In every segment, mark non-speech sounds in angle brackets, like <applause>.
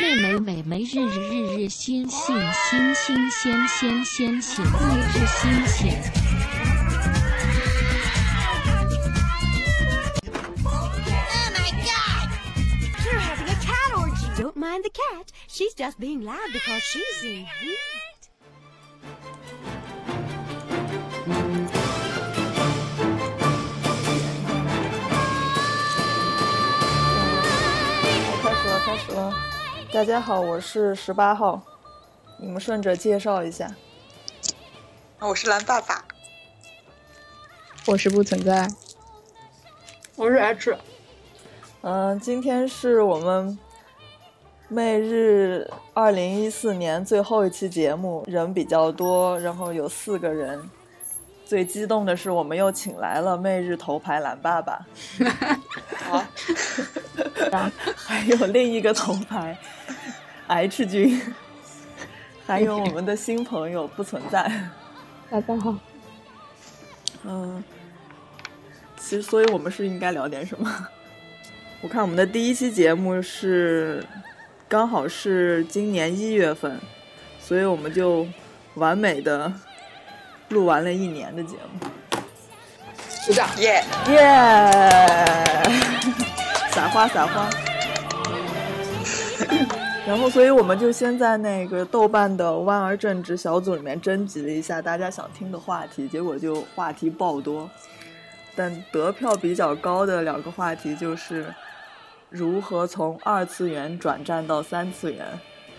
妹妹妹妹日日日日新信新新鲜鲜鲜鲜日日新鲜。 Oh my god! They're having a cat orgy. Don't mind the cat. She's just being loud because she's in heat. 开始了，开始了。大家好，我是十八号，你们顺着介绍一下。啊我是蓝爸爸，我是不存在。我是 H，嗯、今天是我们媚日二零一四年最后一期节目，人比较多，然后有四个人。最激动的是，我们又请来了媚日头牌蓝爸爸，还有另一个头牌 H 君，还有我们的新朋友不存在。大家好，嗯，其实，所以我们是应该聊点什么？我看我们的第一期节目是刚好是今年一月份，所以我们就完美的录完了一年的节目，鼓掌。耶、耶、撒花撒花。然后，所以我们就先在那个豆瓣的弯儿正直小组里面征集了一下大家想听的话题，结果就话题爆多。但得票比较高的两个话题就是如何从二次元转战到三次元，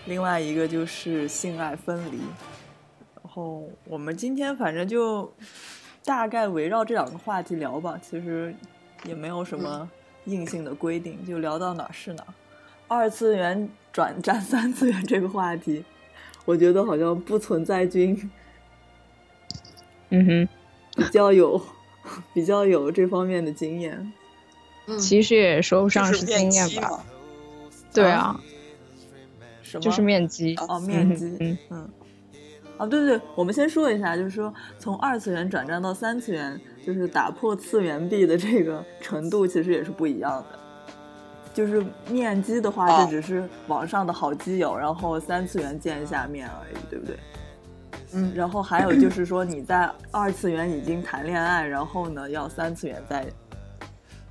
另外一个就是性爱分离。然后我们今天反正就大概围绕这两个话题聊吧，其实也没有什么硬性的规定，就聊到哪儿是哪儿。二次元转战三次元这个话题，我觉得好像不存在君嗯哼，比较有 <laughs> 比较有这方面的经验。嗯，其实也说不上就是是经面验基吧。嘛，对啊，什么？就是面基。哦，面基，嗯嗯啊，对对，我们先说一下，就是说从二次元转战到三次元，就是打破次元壁的这个程度，其实也是不一样的。就是面基的话，哦就只是网上的好基友，然后三次元见一下面而已，对不对？嗯，然后还有就是说你在二次元已经谈恋爱，然后呢要三次元再，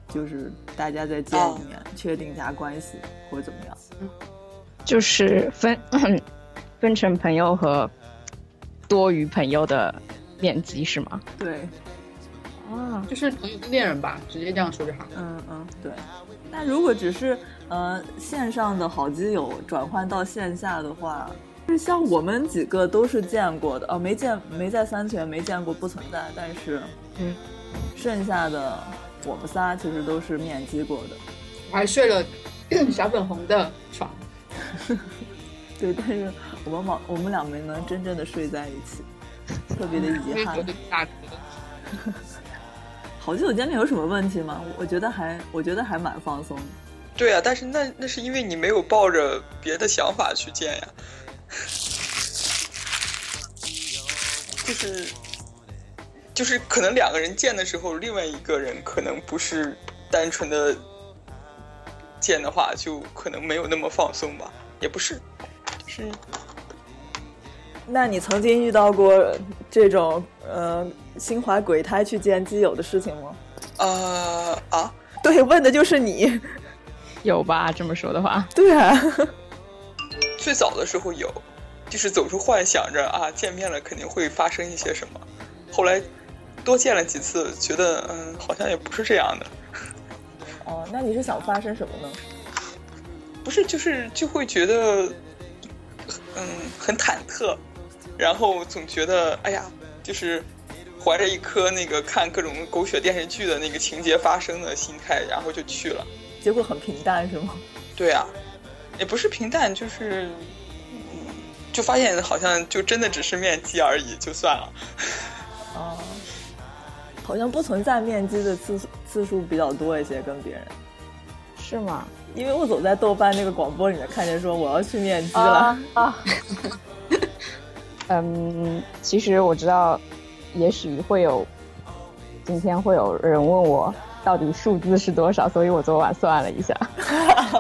就是大家再见一面，确定一下关系或者怎么样。就是分 <clears throat> 分成朋友和多余朋友的面积是吗？对，啊，就是同性恋人吧，直接这样说就好。嗯嗯，对。那如果只是呃线上的好基友转换到线下的话，就是像我们几个都是见过的，哦，没见没在三全没见过不存在，但是嗯，剩下的我们仨其实都是面基过的。我还睡了 <clears throat> 小粉红的床，对，但是我们往我们俩没能真正的睡在一起，特别的因遗为憾我。的嗯大哥。好基友见面有什么问题吗？我我觉得还我觉得还蛮放松的。对啊，但是那那是因为你没有抱着别的想法去见呀，就是就是可能两个人见的时候，另外一个人可能不是单纯的见的话，就可能没有那么放松吧，也不是，就是那你曾经遇到过这种呃心怀鬼胎去见基友的事情吗？呃啊， <laughs> 对，问的就是你。有吧？这么说的话， <laughs> 对啊，最早的时候有，就是总是幻想着啊，见面了肯定会发生一些什么。后来多见了几次，觉得嗯，好像也不是这样的， <laughs> 哦，那你是想发生什么呢？不是就是就会觉得嗯很忐忑，然后总觉得哎呀，就是怀着一颗那个看各种狗血电视剧的那个情节发生的心态，然后就去了。结果很平淡是吗？对啊，也不是平淡，就是。嗯就发现好像就真的只是面基而已，就算了。 <laughs> 哦，好像不存在面基的次数次数比较多一些，跟别人。是吗？因为我总在豆瓣那个广播里面看见说我要去面基 <laughs> 了，嗯，其实我知道，也许会有今天会有人问我到底数字是多少，所以我昨晚算了一下。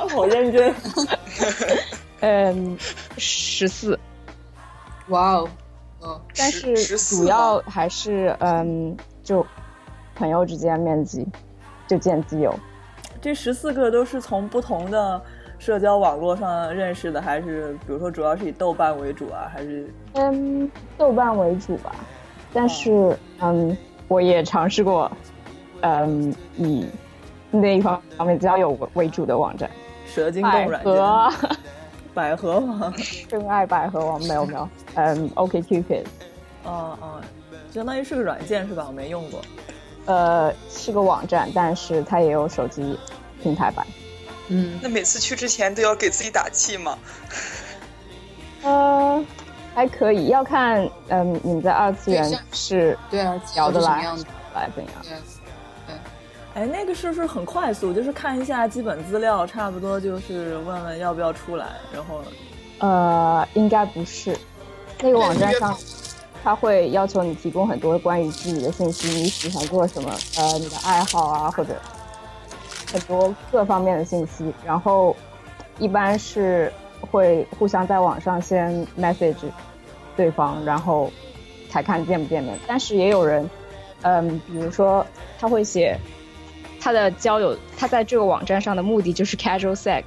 好认真。嗯，十四，哇哦，哦，但十是14主要吗还是嗯，就朋友之间面基，就见基友。 <laughs> 这十四个都是从不同的社交网络上认识的，还是比如说主要是以豆瓣为主啊，还是嗯，豆瓣为主吧，但是嗯，我也尝试过，嗯，以那一方面交友为为主的网站，蛇精百动软件、 <laughs> 合、百合 <laughs> 网？真爱百合网没有没有，嗯，OK Cupid，哦哦，相当于是个软件是吧？我没用过。呃，是个网站，但是它也有手机平台版。嗯，那每次去之前都要给自己打气嘛。呃，还可以，要看嗯你们在二次元对像是对啊，聊得是什么来样子？来怎样？对啊，哎，那个是不是很快速？就是看一下基本资料，差不多就是问问要不要出来，然后呃，应该不是。那个网站对上，它会要求你提供很多关于自己的信息，你喜欢做什么，呃，你的爱好啊，或者很多各方面的信息。然后一般是会互相在网上先 message 对方，然后才看见不见面。但是也有人，嗯、比如说他会写他的交友，他在这个网站上的目的就是 casual sex。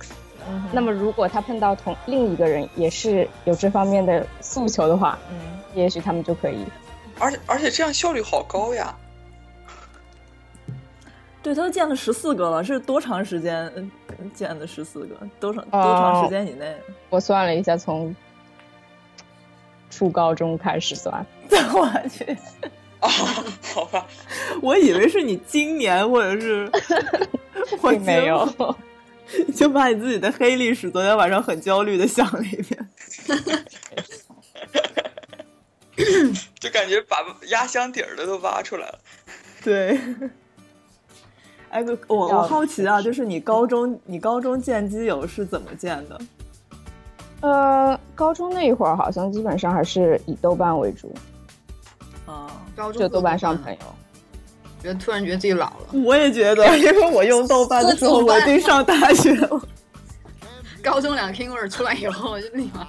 嗯哼那么，如果他碰到同另一个人也是有这方面的诉求的话，嗯，也许他们就可以。而且而且这样效率好高呀！对，他都建了十四个了，是多长时间嗯建的十四个？多长多长时间以 <laughs> 内？ <laughs> 我算了一下，从初高中开始算，我去，啊，好吧，我以为是你今年或者 <laughs> 是我并没有。 <laughs> 就， <laughs> 就把你自己的黑历史昨天晚上很焦虑的想了一遍。 <laughs> 就感觉把压箱底儿的都挖出来了。 <laughs> 对。哎，我我要我好奇啊，就是你高中你高中见基友是怎么见的？呃，高中那一会儿好像基本上还是以豆瓣为主，啊，高中就豆瓣上朋朋友，友。觉得突然觉得自己老了。我也觉得，因为我用豆瓣的时候我已经上大学了。高中两个 King 出来以后，我就立马，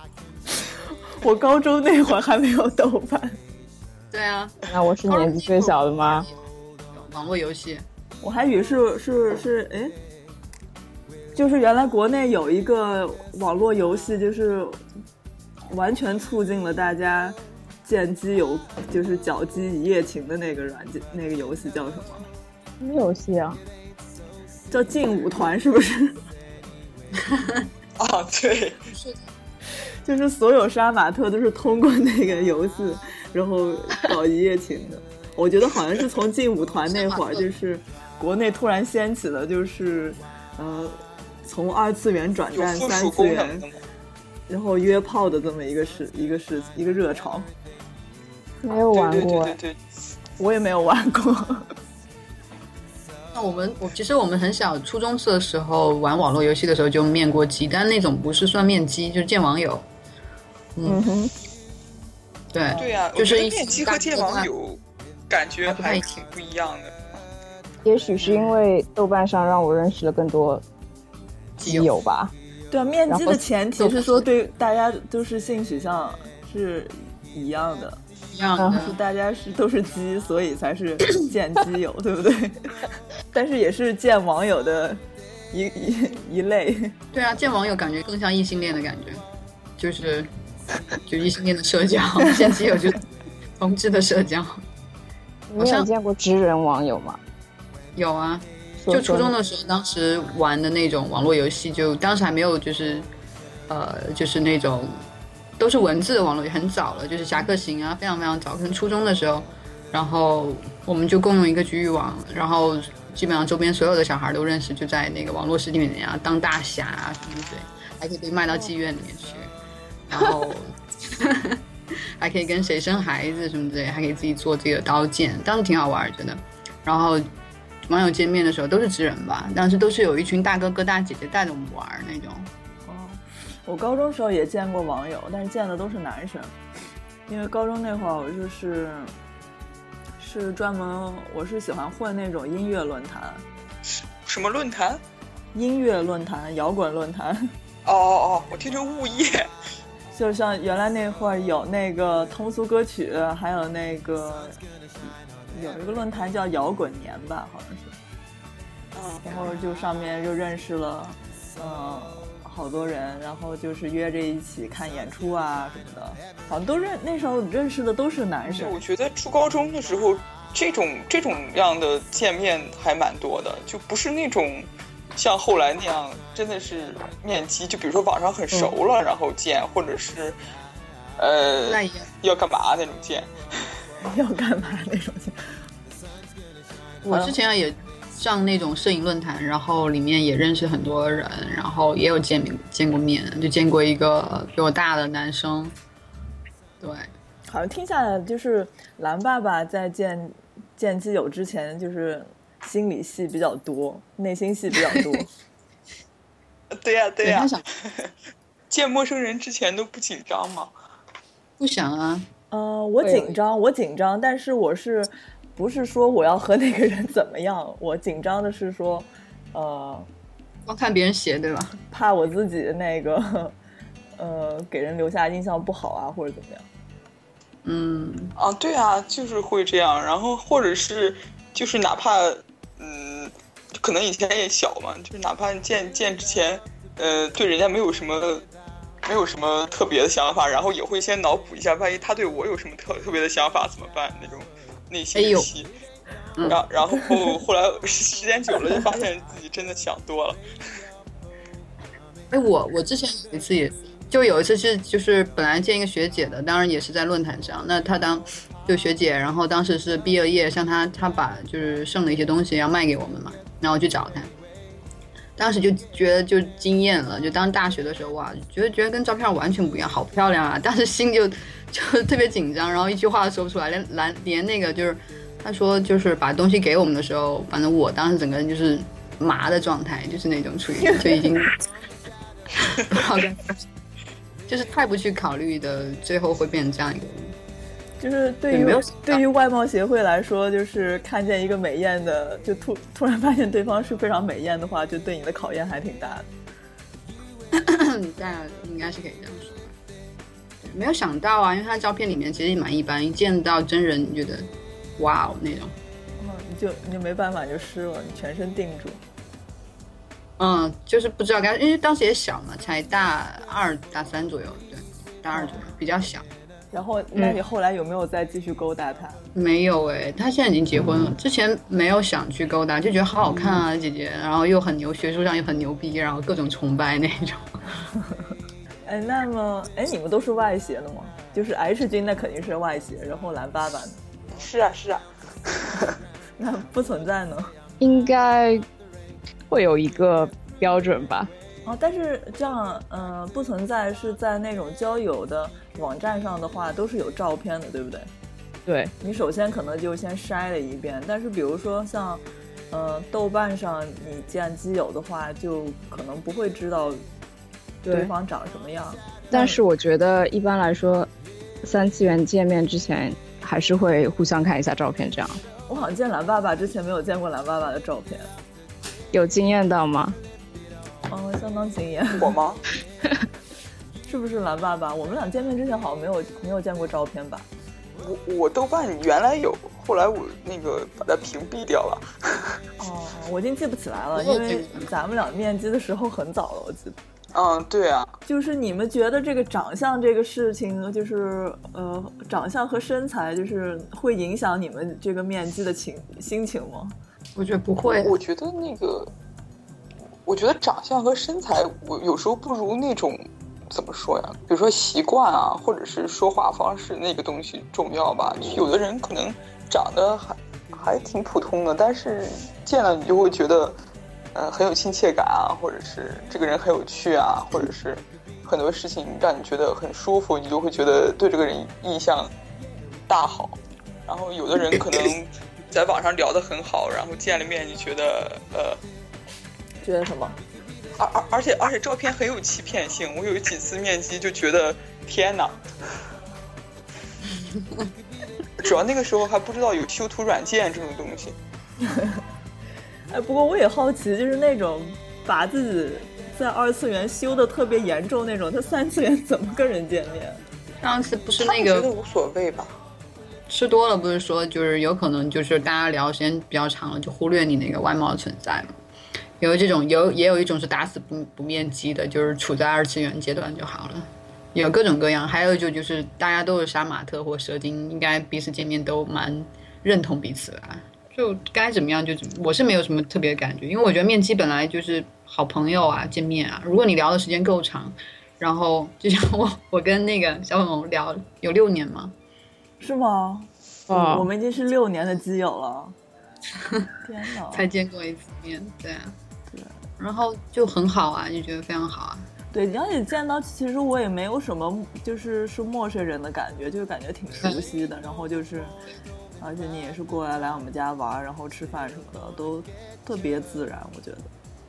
我高中那会儿还没有豆瓣，对啊，那我是年纪最小的吗？网络游戏，我还以为是是是，哎，就是原来国内有一个网络游戏，就是完全促进了大家见基友，就是搅基一夜情的那个软件，那个游戏叫什么？什么游戏啊？叫劲舞团是不是？啊，对，就是所有杀马特都是通过那个游戏，然后搞一夜情的。我觉得好像是从劲舞团那会儿，就是国内突然掀起了，就是呃，从二次元转有战附三属次功能的元，吗？然后约炮的这么一个事，一个事，一个热潮。没有玩对对过对对，对，我也没有玩过， <laughs> 那我们我其实我们很小，初中的时候玩网络游戏的时候就面过基，但那种不是算面基，就是见网友。嗯哼，对，对啊呀、就是我觉一得电起击搭和电配网啊友感觉还不太还一挺不一样的。也许是因为豆瓣上让我认识了更多基友吧。对啊，面基然后的前提是说对大家都是性取向是一样的，一样嗯就的。大家是都是鸡，所以才是见基友，对不对？ <laughs> 但是也是见网友的一一一类。对啊，见网友感觉更像异性恋的感觉，就是就异性恋的社交，见基友就是同志的社交。你有好像见过知人网友吗？有啊，说就初说中你的时候，当时玩的那种网络游戏，就当时还没有就是，呃，就是那种都是文字的网络，很早了，就是侠客行啊，非常非常早，可能初中的时候，然后我们就共用一个局域网，然后基本上周边所有的小孩都认识，就在那个网络世界里面啊，当大侠啊什么之类，还可以被卖到妓院里面去，然后还可以跟谁生孩子什么之类，还可以自己做这个刀剑，当时挺好玩儿，觉得，然后。网友见面的时候都是知人吧，当时都是有一群大哥哥大姐姐带着我们玩儿那种。哦，我高中时候也见过网友，但是见的都是男生，因为高中那会儿我就是是专门我是喜欢混那种音乐论坛、什么论坛？音乐论坛、摇滚论坛，哦哦哦，我听成物业。就像原来那会儿有那个通俗歌曲，还有那个有一个论坛叫摇滚年吧，好像是，嗯，然后就上面就认识了，嗯，好多人，然后就是约着一起看演出啊什么的，好像都认那时候认识的都是男对，生我，觉得初高中的时候，这种这种样的见面还蛮多的，就不是那种像后来那样真的是面基，就比如说网上很熟了、然后见，或者是呃那也要干嘛那种见。要干嘛那种。我之前也上那种摄影论坛，然后里面也认识很多人，然后也有见面见过面，就见过一个比我大的男生，对，好像听下来就是蓝爸爸在见见基友之前，就是心理戏比较多，内心戏比较多。对呀、对啊对呀、他想见陌生人之前都不紧张吗？不想啊？呃，我会有紧张，我紧张，但是我是不是说我要和那个人 <laughs> 怎么样？我紧张的是说，呃，光看别人写对吧？怕我自己那个，呃，给人留下印象不好啊，或者怎么样。嗯，啊，对啊，就是会这样，然后或者是就是哪怕嗯，可能以前也小嘛，就是哪怕见见之前，呃，对人家没有什么没有什么特别的想法，然后也会先脑补一下，万一他对我有什么特特别的想法怎么办那种内哎心呦嗯戏。然然后后来时间久了就发现自己真的想多了，哎，我我之前有一次也，就有一次是就是本来见一个学姐的，当然也是在论坛上。那她当就学姐，然后当时是毕了业，像她她把就是剩的一些东西要卖给我们嘛，然后我去找她。当时就觉得就惊艳了，就当大学的时候哇，觉得觉得跟照片完全不一样，好漂亮啊！当时心就 <laughs> 就特别紧张，然后一句话都说不出来，连连连那个就是她说就是把东西给我们的时候，反正我当时整个人就是麻的状态，就是那种处于就已经不知道该说什么就是太不去考虑的，最后会变成这样一个人。 <clears throat> 就是对对于没有对于外貌协会来说，就是看见一个美艳的，就突突然发现对方是非常美艳的话，就对你的考验还挺大的。但应该是可以这样说吧。对没有想到啊，因为他照片里面其实也蛮一般，一见到真人你觉得哇哦那种。嗯，你就你就没办法，你就湿了，你全身定住。嗯，就是不知道该，因为当时也小嘛，才大二大三左右，对，大二左右比较小。然后，那你后来有没有再继续勾搭他？没有哎、他现在已经结婚了，之前没有想去勾搭，就觉得好好看啊，姐姐，然后又很牛，学术上又很牛逼，然后各种崇拜那种。 <laughs> 哎，那么，哎，你们都是外协的吗？就是 H 君那肯定是外协，然后蓝爸爸呢是啊是啊， <laughs> 那不存在呢。应该会有一个标准吧。哦，但是这样，嗯、不存在是在那种交友的网站上的话，都是有照片的，对不对？对，你首先可能就先筛了一遍，但是比如说像，呃，豆瓣上你见基友的话，就可能不会知道对对方长什么样。但是我觉得一般来说，三次元见面之前还是会互相看一下照片，这样我好像见蓝爸爸之前没有见过蓝爸爸的照片，有惊艳到吗？嗯，相当惊艳，我吗？是不是蓝爸爸？我们俩见面之前好像没有没有见过照片吧？我我豆瓣原来有，后来我那个把它屏蔽掉了。哦，我已经记不起来了，我因有记为咱们俩面基的时候很早了，我记得。嗯，对啊，就是你们觉得这个长相这个事情，就是呃，长相和身材，就是会影响你们这个面基的情心情吗？我觉得不会，我觉得那个，我觉得长相和身材，我有时候不如那种怎么说呀？比如说习惯啊，或者是说话方式那个东西重要吧。有的人可能长得还还挺普通的，但是见了你就会觉得，呃，很有亲切感啊，或者是这个人很有趣啊，或者是很多事情让你觉得很舒服，你就会觉得对这个人印象大好。然后有的人可 <laughs> 能在网上聊得很好，然后见了面就觉得呃，觉得什么？而而而且而且照片很有欺骗性，我有几次面基就觉得天 <laughs> 哪。主要那个时候还不知道有修图软件这种东西，哎，不过我也好奇，就是那种把自己在二次元修的特别严重那种，他三次元怎么跟人见面？上次不是他那们觉得个无所谓吧？吃多了，不是说就是有可能就是大家聊时间比较长了，就忽略你那个外貌的存在嘛。有这种有也有一种是打死不不面基的，就是处在二次元阶段就好了。有各种各样，还有就就是大家都是杀马特或蛇精，应该彼此见面都蛮认同彼此吧。就该怎么样就怎么，我是没有什么特别的感觉，因为我觉得面基本来就是好朋友啊，见面啊，如果你聊的时间够长，然后就像我我跟那个小粉红聊有六年嘛，是吗？哇我们已经是六年的基友了。 <laughs> 天哪！才见过一次面，对啊，对，然后就很好啊，就觉得非常好啊，对，而且见到其实我也没有什么，就是是陌生人的感觉，就是感觉挺熟悉的。然后就是，而且你也是过来来我们家玩儿，然后吃饭什么的都特别自然，我觉得。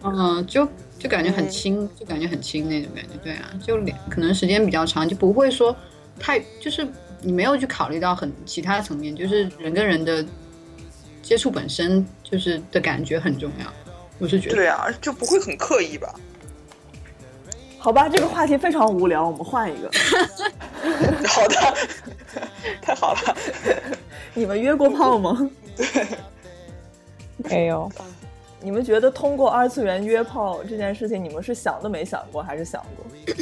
嗯，就就感觉很亲，就感觉很亲那种感觉，对啊，就两可能时间比较长，就不会说太，就是你没有去考虑到很其他层面，就是人跟人的接触本身就是的感觉很重要，我是觉得，对啊，就不会很刻意吧？好吧，这个话题非常无聊，我们换一 <laughs> 个。好的， <laughs> 太好了。你们约过炮吗？ <laughs> 没有，你们觉得通过二次元约炮这件事情，你们是想都没想过，还是想过？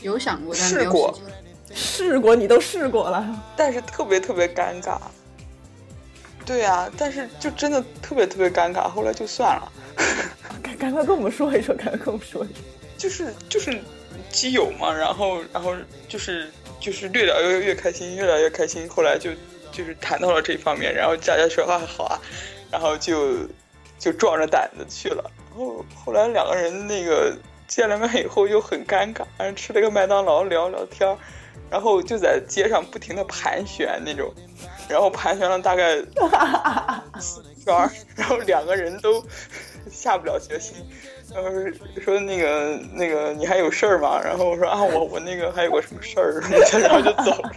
有想过，但没试有过时间试过，你都试过了。但是特别特别尴尬。对呀、但是就真的特别特别尴尬，后来就算了。 <laughs> 赶赶快跟我们说一说，赶快跟我们说一说。就是就是基友嘛，然后然后就是就是越聊越越开心，越聊越开心，后来就就是谈到了这方面，然后大家说啊好啊，然后就就壮着胆子去了，然后后来两个人那个见了面以后又很尴尬，然后吃了个麦当劳聊聊天儿，然后就在街上不停的盘旋那种，然后盘旋了大概四五圈儿，然后两个人都 <laughs> 下不了决心，然后说那个那个你还有事儿吗？然后我说啊我我那个还有个什么事儿， <laughs> 然后就走了。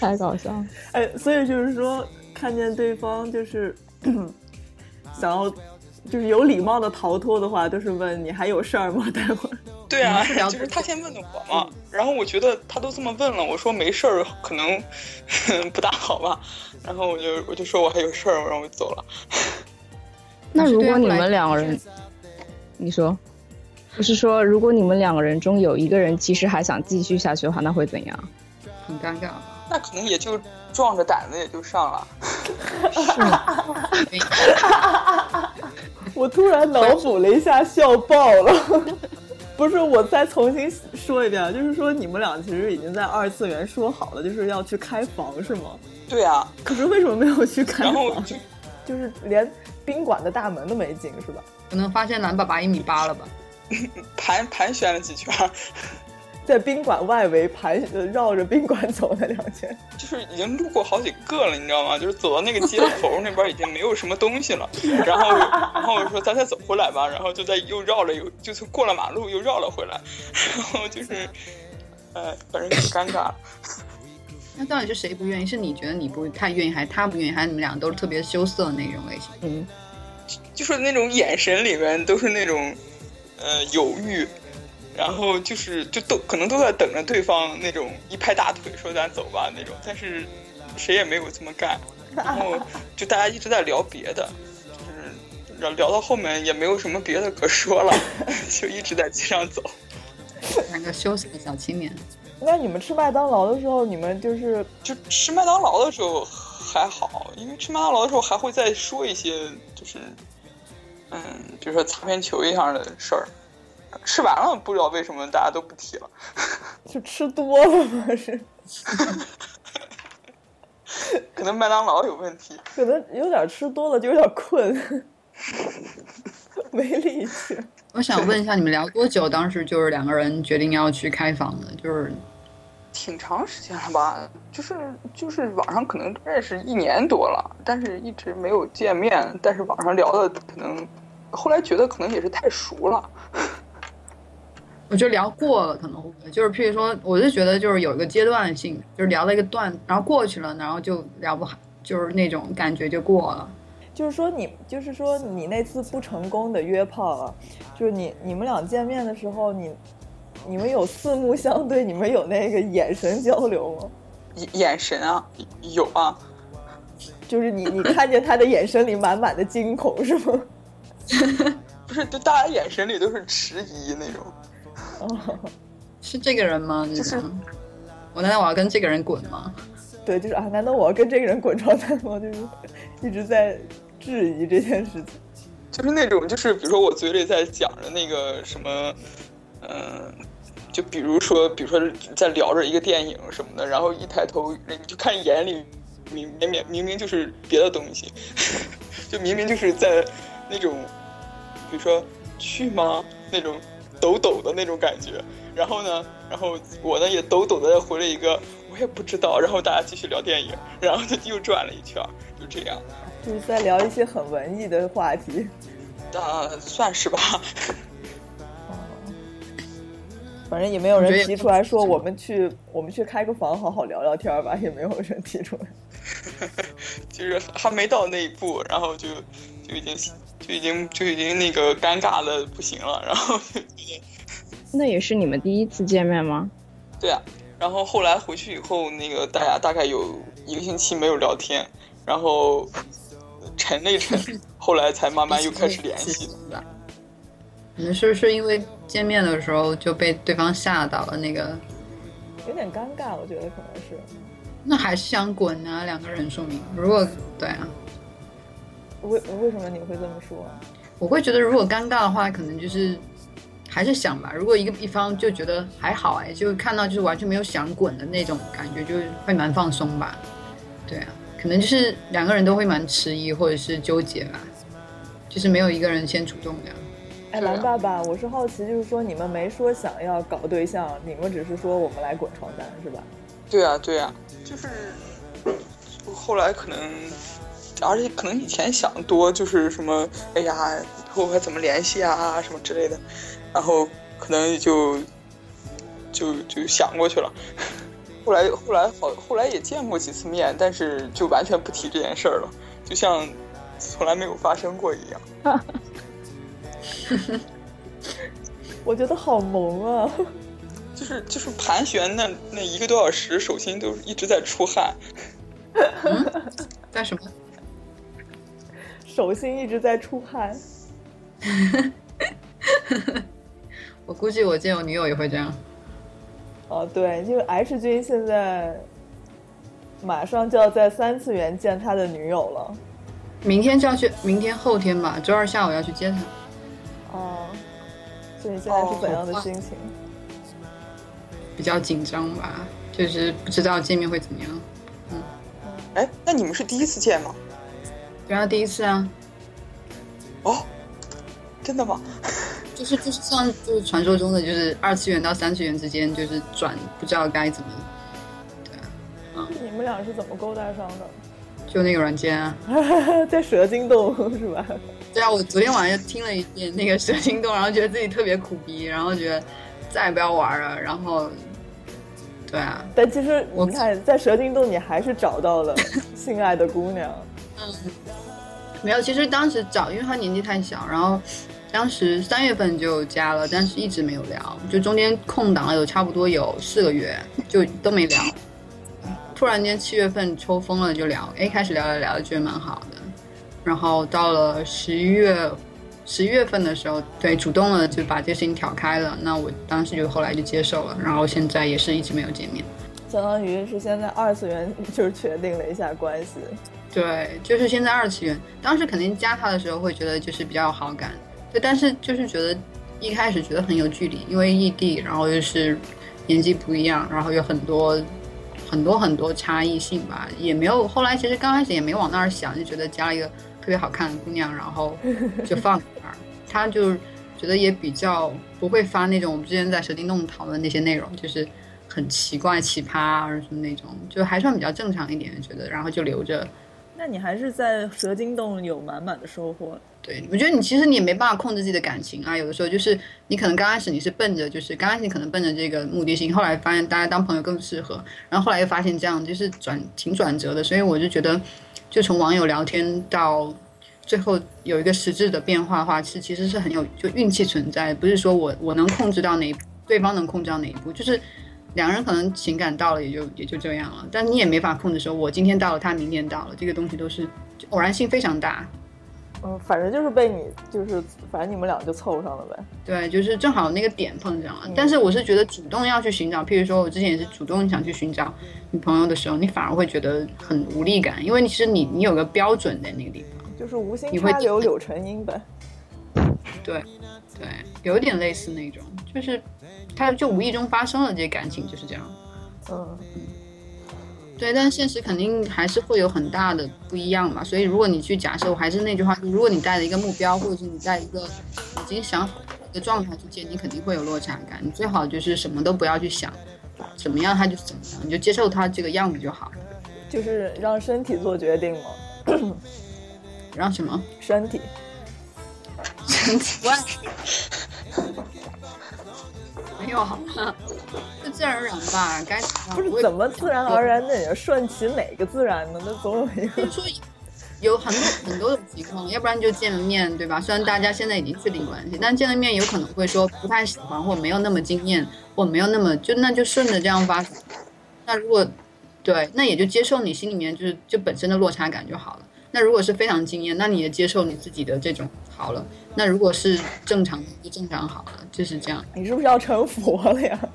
太搞笑了。哎，所以就是说，看见对方就是想要就是有礼貌的逃脱的话，就是问你还有事儿吗？待 <laughs> 会儿。对啊嗯是聊，就是他嗯先问的我嘛，然后我觉得他都这么问了，我说没事儿，可能 <laughs> 不大好吧，然后我就我就说我还有事儿，然后我就走了。那是如对果啊你后来们两个人，你说，不是说如果你们两个人中有一个人其实还想继续下去的话，那会怎样？很尴尬，那可能也就壮着胆子也就上了。没我突然脑补了一下，笑爆了。 <laughs> 不是，我再重新说一遍，啊就是说你们俩其实已经在二次元说好了，就是要去开房是吗？对啊，可是为什么没有去开然房？后就就是连宾馆的大门都没进，是吧？可能发现蓝爸爸一米八了吧，盘盘旋了几圈儿，在宾馆外围盘呃绕着宾馆走了两圈。 <laughs> 就是已经路过好几个了，你知道吗？就是走到那个街头那边已经没有什么东西了，然后然后我说咱再走回来吧，然后就再又绕了又就是过了马路又绕了回来， <laughs> 然后就是呃反正挺尴尬。那到底是谁不愿意？是你觉得你不太愿意，还是他不愿意，还是你们俩都是特别羞涩的那种类型？就是那种眼神里面都是那种，呃，犹豫，然后就是就都可能都在等着对方那种一拍大腿说咱走吧那种，但是谁也没有这么干，然后就大家一直在聊别的，就是聊聊到后面也没有什么别的可说了， <laughs> 就一直在街上走。两个羞涩的小青年，那你们吃麦当劳的时候，你们就是就吃麦当劳的时候还好，因为吃麦当劳的时候还会再说一些，就是，嗯，比如说擦边球一样的事儿。吃完了，不知道为什么大家都不提了。就吃多了吗？是可能麦当劳有问题，可能有点吃多了，就有点困， <laughs> 没力气。我想问一下，你们聊多久？当时就是两个人决定要去开房的，就是挺长时间了吧？就是就是网上可能认识一年多了，但是一直没有见面。但是网上聊的可能，后来觉得可能也是太熟了。我觉得聊过了可能会，就是譬如说，我是觉得就是有一个阶段性，就是聊了一个段，然后过去了，然后就聊不好，就是那种感觉就过了。就是说你，就是说你那次不成功的约炮啊，就是你你们俩见面的时候，你你们有四目相对，你们有那个眼神交流吗？眼眼神啊，有啊，就是你你看见他的眼神里满满的惊恐是吗？ <laughs> 不是，就大家眼神里都是迟疑那种。哦，是这个人吗？你想，我难道我要跟这个人滚吗？对，就是啊，难道我要跟这个人滚床单吗？就是一直在质疑这件事情。就是那种，就是比如说我嘴里在讲着那个什么，嗯，就比如说，比如说在聊着一个电影什么的，然后一抬头，你就看眼里明明明明明就是别的东西， <laughs> 就明明就是在那种，比如说去吗那种抖抖的那种感觉，然后呢，然后我呢也抖抖的回了一个我也不知道，然后大家继续聊电影，然后就又转了一圈儿，就这样，就是在聊一些很文艺的话题。啊、算是吧。反正也没有我觉得人也提不出来说我们去我们去开个房好好聊聊天儿吧，也没有人提出来。就是还没到那一步，然后就就已经就已经就已经那个尴尬的不行了，然后 <laughs> 就已经那也是你们第一次见面吗？对啊，然后后来回去以后，那个大家大概有一个星期没有聊天，然后沉了一沉，后来才慢慢又开始联系。吧。你们是不是因为见面的时候就被对方吓到了？那个，有点尴尬，我觉得可能是。那还是想滚啊！两个人说明，如果对啊，为为什么你会这么说？哎我会觉得如果尴尬的话，可能就是还是想吧。如果一个一方就觉得还好哎，就看到就是完全没有想滚的那种感觉，就会蛮放松吧。对啊，可能就是两个人都会蛮迟疑或者是纠结吧，就是没有一个人先主动这样。哎，蓝爸爸，我是好奇，就是说你们没说想要搞对象，你们只是说我们来滚床单是吧？对啊，对啊，就是后来可能，而且可能以前想多，就是什么，哎呀，以后还怎么联系啊，什么之类的，然后可能也就就就想过去了。后来后来好，后来也见过几次面，但是就完全不提这件事儿了，就像从来没有发生过一样。我觉得好萌啊！ <laughs> 就是就是盘旋那那一个多小时，手心都一直在出汗，干什么？手心一直在出汗，我估计我见我女友也会这样。哦，对，因为 H 君现在马上就要在三次元见他的女友了。明天就要去，明天后天吧，周二下午要去接她。哦，所以你现在是怎样的心情？ <laughs> 比较紧张吧，就是不知道见面会怎么样。哎，那你们是第一次见吗？对啊，第一次啊，哦，真的吗？就是就是像就是传说中的，就是二次元到三次元之间就是转，不知道该怎么，你们俩是怎么勾搭上就那个软件啊。的？ <laughs> 在蛇精洞是吧？对啊，我昨天晚上就听了一遍那个蛇心动，然后觉得自己特别苦逼，然后觉得再也不要玩了，然后，对啊，但其实我你看，在蛇精洞你还是找到了心爱的姑娘。没有，其实当时找，因为他年纪太小，然后 <sniffs> 当时三月份就加了，但是一直没有聊，就中间空档了有差不多有四个月，就都没聊。突然间七月份抽风了就聊，哎，开始聊聊聊，觉得蛮好的。然后到了十一月，十一月份的时候，对，主动了就把这事情挑开了。那我当时就后来就接受了，然后现在也是一直没有见面。相当于是现在二次元就是确定了一下关系，对，就是现在二次元，当时肯定加他的时候会觉得就是比较有好感，对，但是就是觉得一开始觉得很有距离，因为异地，然后又是年纪不一样，然后有很多很多很多差异性吧，也没有后来其实刚开始也没往那儿想，就觉得加了一个特别好看的姑娘，然后就放在那儿，他就觉得也比较不会发那种我们之前在蛇精洞讨论那些内容，就是。很奇怪、奇葩啊什么那种，就还算比较正常一点，觉得，然后就留着，那你还是在蛇精洞有满满的收获。对，我觉得你其实你也没办法控制自己的感情啊。有的时候就是你可能刚开始你是奔着就是刚开始你可能奔着这个目的性，后来发现大家当朋友更适合，然后后来又发现这样就是转挺转折的，所以我就觉得，就从网友聊天到最后有一个实质的变化的话，是其实是很有就运气存在，不是说我我能控制到哪一步，对方能控制到哪一步，就是两人可能情感到了也就也就这样了，但你也没法控制说我今天到了，他明天到了，这个东西都是就偶然性非常大。嗯，反正就是被你，就是反正你们俩就凑上了呗。对，就是正好那个点碰上了。嗯但是我是觉得主动要去寻找，譬如说我之前也是主动想去寻找女朋友的时候，你反而会觉得很无力感，因为你其实你你有个标准在那个地方。就是无心你会插柳柳成荫呗。对，对，有点类似那种，就是它就无意中发生了，这些感情就是这样。嗯，对，但现实肯定还是会有很大的不一样嘛。所以如果你去假设，我还是那句话，如果你带着一个目标，或者是你带一个已经想好的一个状态去见，你肯定会有落差感。你最好就是什么都不要去想，怎么样他就怎么样，你就接受他这个样子就好。就是让身体做决定嘛。让什么？身体，没有啊好吗？就自然而然吧，该怎么样不啊我是也怎么自然而然的，顺其哪个自然呢？那总有一就个 <laughs> 是说有很多很多种情况，要不然就见了面，对吧？虽然大家现在已经确定关系，但见了面有可能会说不太喜欢，或没有那么惊艳，或没有那么就那就顺着这样发展。那如果对，那也就接受你心里面就是就本身的落差感就好了。那如果是非常惊艳，那你也接受你自己的这种好了。那如果是正常的就正常好了，就是这样。你是不是要成佛了呀？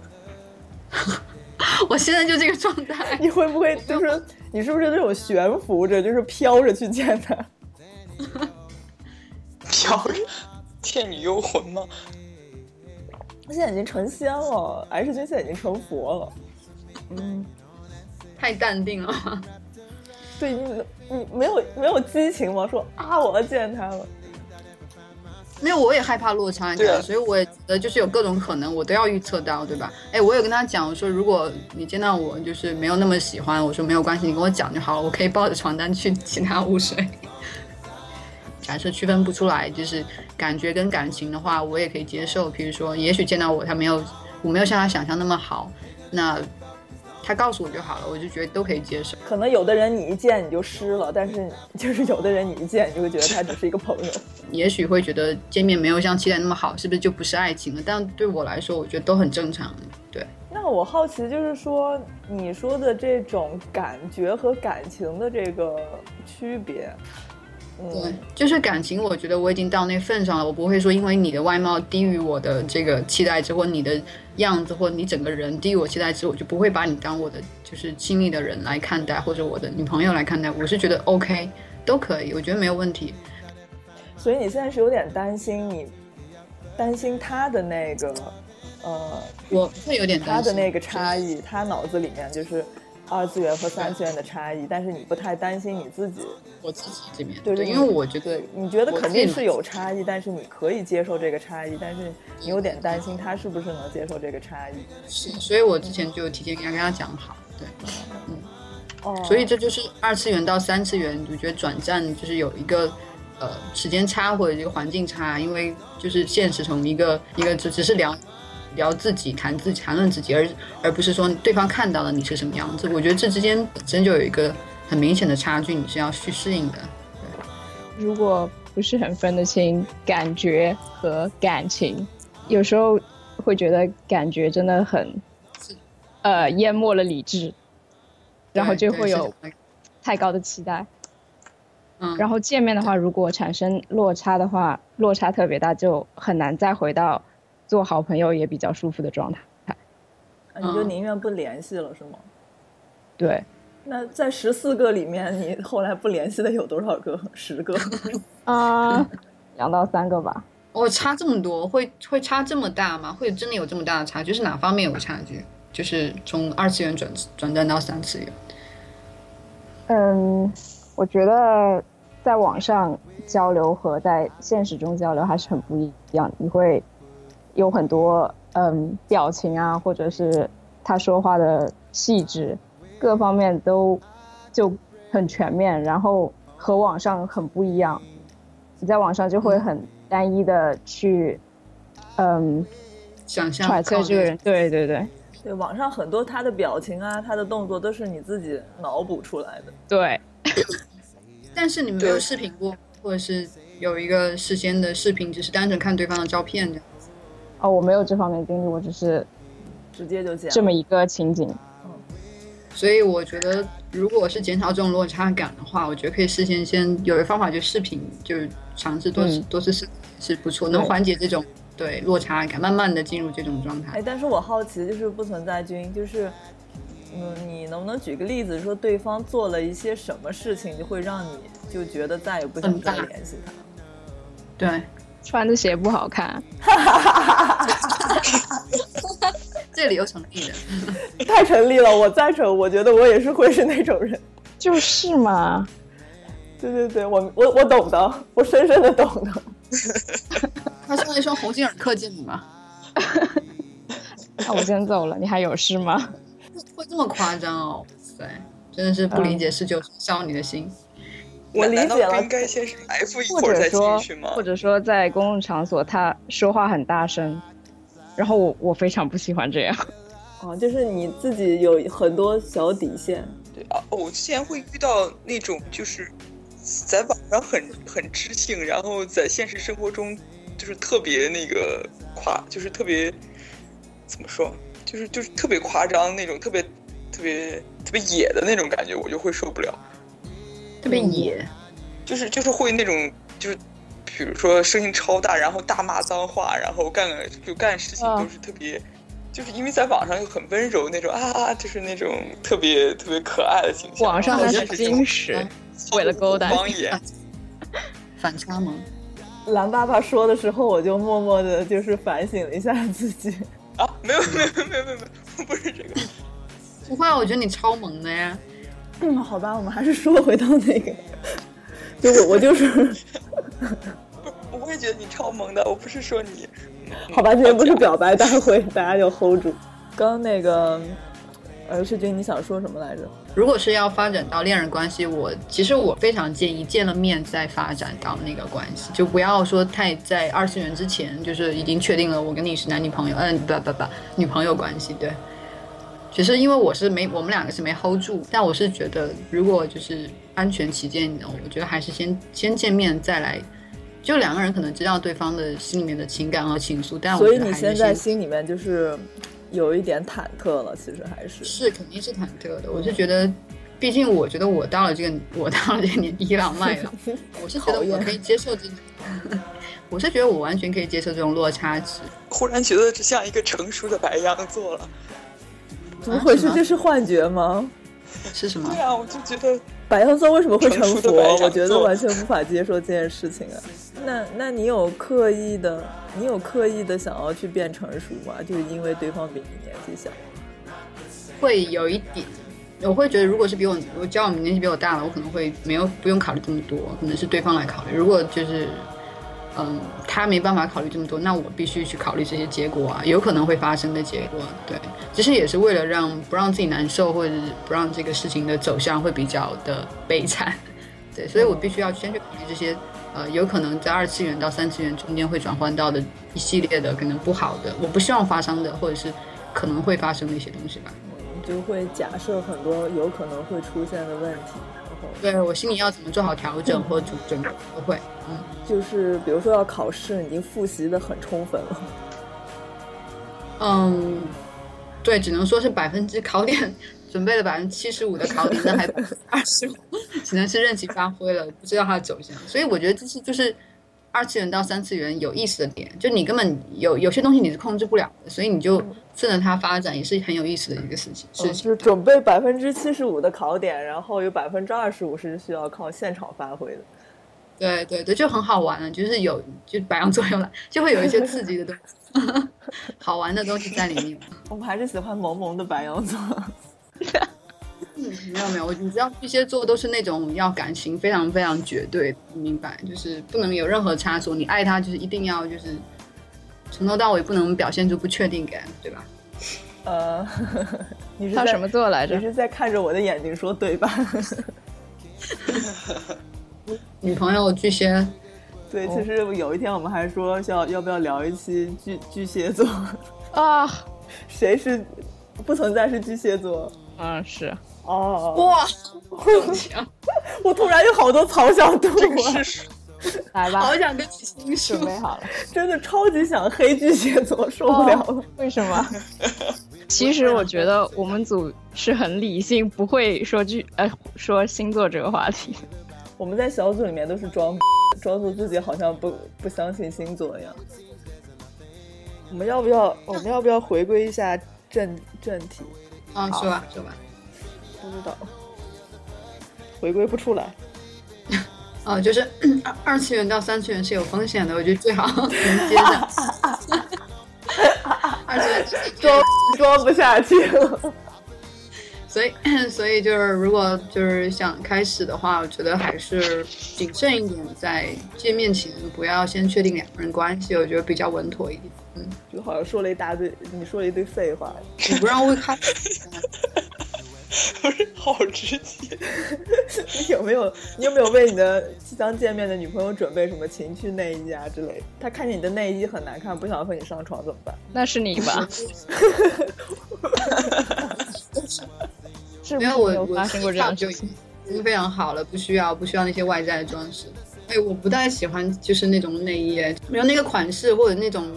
我现在就这个状态， <laughs> 你会不会就是你是不是那种悬浮着，就是飘着去见他？ <laughs> 飘着倩女幽魂吗？他现在已经成仙了，H 君现在已经成佛了。太淡定了。对你，你没有没有激情吗？说啊，我要见他了。没有，我也害怕落差对啊感，所以我也觉得就是有各种可能，我都要预测到，对吧？哎，我有跟他讲，我说如果你见到我就是没有那么喜欢，我说没有关系，你跟我讲就好了，我可以抱着床单去其他污水。 <laughs> 假设区分不出来，就是感觉跟感情的话，我也可以接受。比如说，也许见到我他没有，我没有像他想象那么好，那他告诉我就好了，我就觉得都可以接受。可能有的人你一见你就湿了，但是就是有的人你一见你就会觉得他只是一个朋友。也许会觉得见面没有像期待那么好，是不是就不是爱情了？但对我来说，我觉得都很正常。对。那我好奇就是说，你说的这种感觉和感情的这个区别，对嗯，，就是感情，我觉得我已经到那份上了，我不会说因为你的外貌低于我的这个期待值，或你的样子，或你整个人低于我期待值，我就不会把你当我的就是亲密的人来看待，或者我的女朋友来看待。我是觉得 OK 都可以，我觉得没有问题。所以你现在是有点担心你，担心他的那个，呃，我会有点担他心的那个差，异，他脑子里面就是二次元和三次元的差异，但是你不太担心你自己，我自己这边，对嗯对，你因为我觉得对，你觉得我肯自己定脑是有差异，但是你可以接受这个差异，但是你有点担心他是不是能接受这个差异。是，所以我之前就提前跟他讲好，对。哦，所以这就是二次元到三次元，我觉得转战就是有一个呃时间差或者这个环境差，因为就是现实从一个一个只只是聊聊自己、谈自己、谈论自己，而而不是说对方看到了你是什么样子。我觉得这之间本身就有一个很明显的差距，你是要去适应的。如果不是很分得清感觉和感情，有时候会觉得感觉真的很是，呃，淹没了理智，然后对就会有，对是太高的期待。嗯，然后见面的话，如果产生落差的话，落差特别大，就很难再回到做好朋友也比较舒服的状态。啊你就嗯宁愿不联系了，是吗？对，那在十四个里面，你后来不联系的有多少个？十个。 <laughs> 啊、 <laughs> 两到三个吧。我、哦差这么多，会会差这么大吗？会真的有这么大的差距？是哪方面有差距？就是从二次元转转战到三次元。嗯，我觉得在网上交流和在现实中交流还是很不一样，你会有很多嗯表情啊，或者是他说话的气质，各方面都就很全面，然后和网上很不一样。你在网上就会很单一的去嗯想象揣测靠这个那人，对对对对，网上很多他的表情啊，他的动作都是你自己脑补出来的。对，但是你们没有对视频过，或者是有一个事先的视频，只是单纯看对方的照片这样。哦，我没有这方面的经历，我只是直接就这见。么一个情景。所以我觉得，如果是减少这种落差感的话，我觉得可以事先先有的方法就是视频，就是尝试多次、嗯多次试是不错，能缓解这种对落差感，慢慢的进入这种状态哎，。但是我好奇，就是不存在君，就是，嗯，你能不能举个例子，说对方做了一些什么事情，就会让你就觉得再也不想很再大联系他？对，穿的鞋不好看，这理由成立 <laughs> 的。太成立了，我赞成，我觉得我也是会是那种人。就是嘛。对对对，我我我懂的，我深深的懂的。他送了一双鸿星尔克给你吗？ <laughs> 那我先走了，你还有事吗？会这么夸张哦？对，真的是不理解十九岁少女的心。我理解难道了不应该先是 F 一或会儿者再说进去吗？或者说在公共场所他说话很大声，然后我我非常不喜欢这样。哦，就是你自己有很多小底线。对啊，哦我之前会遇到那种就是在网上很很知性，然后在现实生活中就是特别那个夸，就是特别怎么说，就是就是特别夸张那种，特别特别特别野的那种感觉，我就会受不了。特别野，就是就是会那种就是。比如说声音超大，然后大骂脏话，然后干个就干事情啊都是特别，就是因为在网上又很温柔那种啊，就是那种特别特别可爱的形象。网上然还后是现实中矜持，为了勾嗯搭啊方言，反差萌。蓝爸爸说的时候，我就默默的，就是反省了一下自己。啊，没有没有没有没有没有，不是这个，不会啊，我觉得你超萌的呀。嗯，好吧，我们还是说回到那个，就我我就是，我也觉得你超萌的，我不是说你，好吧，今天不是表 <laughs> 白大会，大家就 hold 住。刚刚那个，呃，世君，你想说什么来着？如果是要发展到恋人关系，我其实我非常建议见了面再发展到那个关系，就不要说太在二次元之前，就是已经确定了我跟你是男女朋友，嗯、不不不，女朋友关系，对。其实因为我是没，我们两个是没 hold 住，但我是觉得，如果就是安全起见，我觉得还是先先见面再来，就两个人可能知道对方的心里面的情感和情愫，但我所以觉得你还是现在先心里面就是有一点忐忑了，其实还是。是肯定是忐忑的。我是觉得，毕竟我觉得我到了这个我到了这个年纪倚老卖 <laughs> 老，我是觉得讨厌我可以接受这种， <laughs> 我是觉得我完全可以接受这种落差值。忽然觉得这像一个成熟的白羊座了。怎么回事？啊这是幻觉吗？是什么对？啊，我就觉得白羊座为什么会成成熟佛的白羊？座我觉得完全无法接受这件事情啊。那那你有刻意的，你有刻意的想要去变成熟吗？就是因为对方比你年纪小。会有一点，我会觉得，如果是比我我交往年纪比我大了，我可能会没有不用考虑这么多，可能是对方来考虑。如果就是。嗯，他没办法考虑这么多，那我必须去考虑这些结果啊，有可能会发生的结果。对，其实也是为了让不让自己难受，或者是不让这个事情的走向会比较的悲惨。 <laughs> 对，所以我必须要先去考虑这些，呃，有可能在二次元到三次元中间会转换到的一系列的可能不好的，我不希望发生的，或者是可能会发生的一些东西吧。你嗯就会假设很多有可能会出现的问题，然后对我心里要怎么做好调整或准准备都会。嗯，就是比如说要考试，你已经复习的很充分了，嗯，对，只能说是百分之考点准备了百分之七十五的考点，那还二十五，只能是任其发挥了，不知道它的走向。所以我觉得这是就是二次元到三次元有意思的点，就你根本有有些东西你是控制不了的，所以你就顺着它发展也是很有意思的一个事情。嗯事 <laughs> 就是情。准备百分之七十五的考点，然后有百分之二十五是需要靠现场发挥的。对对对，就很好玩啊，就是有就白羊座有来就会有一些刺激的东西， <laughs> 好玩的东西在里面。我们还是喜欢萌萌的白羊座。 <laughs> 嗯，没有没有，我你知道巨蟹座都是那种要感情非常非常绝对，明白，就是不能有任何差错。你爱他就是一定要就是从头到尾不能表现出不确定感，对吧？呃， <laughs> 你是他在什么座来你着？是在看着我的眼睛说对吧？ <laughs> 女朋友巨蟹，啊哦对，其实有一天我们还说要要不要聊一期巨巨蟹座， <laughs> 啊，谁是不存在是巨蟹座？嗯，是哦， <laughs> 哇，我突然有好多槽想吐这个啊！是来吧好，想跟许昕说准，备好了。哦真的超级想黑巨蟹 <laughs> 座，受不了了。为什么？其实我觉得我们组是很理性，不会说句呃说星座这个话题。我们在小组里面都是装装作自己好像不不相信星座一样。我们要不要我们要不要回归一下正正题？嗯，说吧说吧，不知道，回归不出来。啊、就是 <coughs> 二二次元到三次元是有风险的，我觉得最好 <laughs> 能接上。二次元就是装装不下去了。所以， <clears throat> 所以就是，如果就是想开始的话，我觉得还是谨慎一点，在见面前不要先确定两个人关系，我觉得比较稳妥 <laughs> 一点。嗯，就好像说了一大堆，你说了一堆废话。你不让我 <laughs> 开，不是好直接。你有没有你有没有为你的即将见面的女朋友准备什么情趣内衣啊之类的？她看见你的内衣很难看，不想和你上床怎么办？那是你吧？是不没有是我有我发生过这样样就事已情？经非常好了，不需要不需要那些外在的装饰。哎，我不太喜欢就是那种内衣，哎没有那个款式或者那种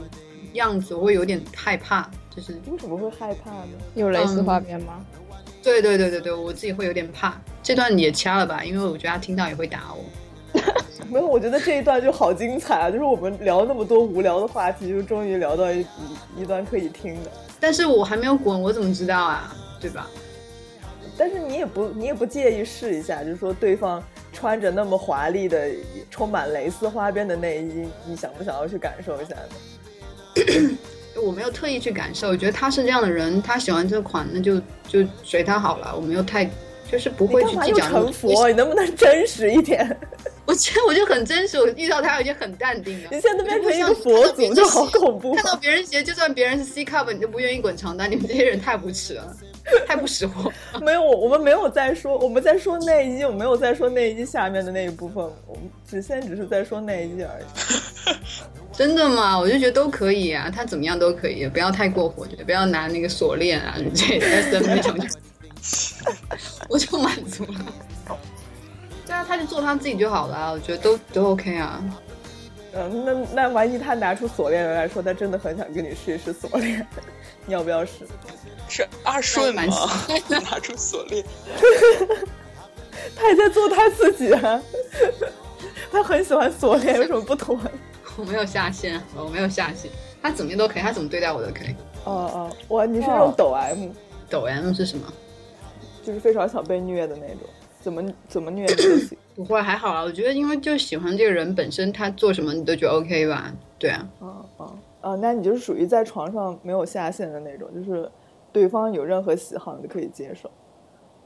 样子，我会有点害怕。就是为什么会害怕呢？有类似画面吗？对对对对对，我自己会有点怕。这段你也掐了吧，因为我觉得他听到也会打我。没有，我觉得这一段就好精彩啊！就是 <laughs> 我们聊那么多无聊的话题，就终于聊到一一一段可以听的。但是我还没有滚，我怎么知道啊？对吧？但是你也不你也不介意试一下，就是说对方穿着那么华丽的、充满蕾丝花边的内衣，你想不想要去感受一下呢？我没有特意去感受，我觉得他是这样的人，他喜欢这款，那就就随他好了。我没有太就是不你会干去嘛计又较那个臣服？你能不能真实一点？ <laughs> 我觉得我就很真实，我遇到他我已经很淡定了。你现在变成一个我佛就不祖，想就好恐怖啊看！到别人鞋，就算别人是 C cup，你都不愿意滚床单，你们这些人太无耻了，太不识货。 <laughs> 没有，我我们没有在说，我们在说内衣，我没有在说内衣下面的那一部分，我们只现在只是在说内衣而已。真的吗？我就觉得都可以啊，他怎么样都可以，不要太过火，不要拿那个锁链啊什么这 S M 那种， <laughs> 我就满足了。对啊，他就做他自己就好了啊，我觉得都都 OK 啊。嗯，那那万一他拿出锁链来说，他真的很想跟你试一试锁链，你要不要试？是阿顺吗那也？ <laughs> 拿出锁链，他也在做他自己啊， <laughs> 他很喜欢锁链，有什么不妥？我没有下线，我没有下线，他怎么样都可以，他怎么对待我都可以。 <laughs> 哦哦，哇，你是那种抖 M，、抖 M 是什么？就是非常想被虐的那种，怎么怎么虐你都行。不会，还好啊啦。我觉得，因为就喜欢这个人本身，他做什么你都觉得 OK 吧？对啊， <coughs> 哦哦哦，那你就是属于在床上没有下限的那种，就是对方有任何喜好你都可以接受。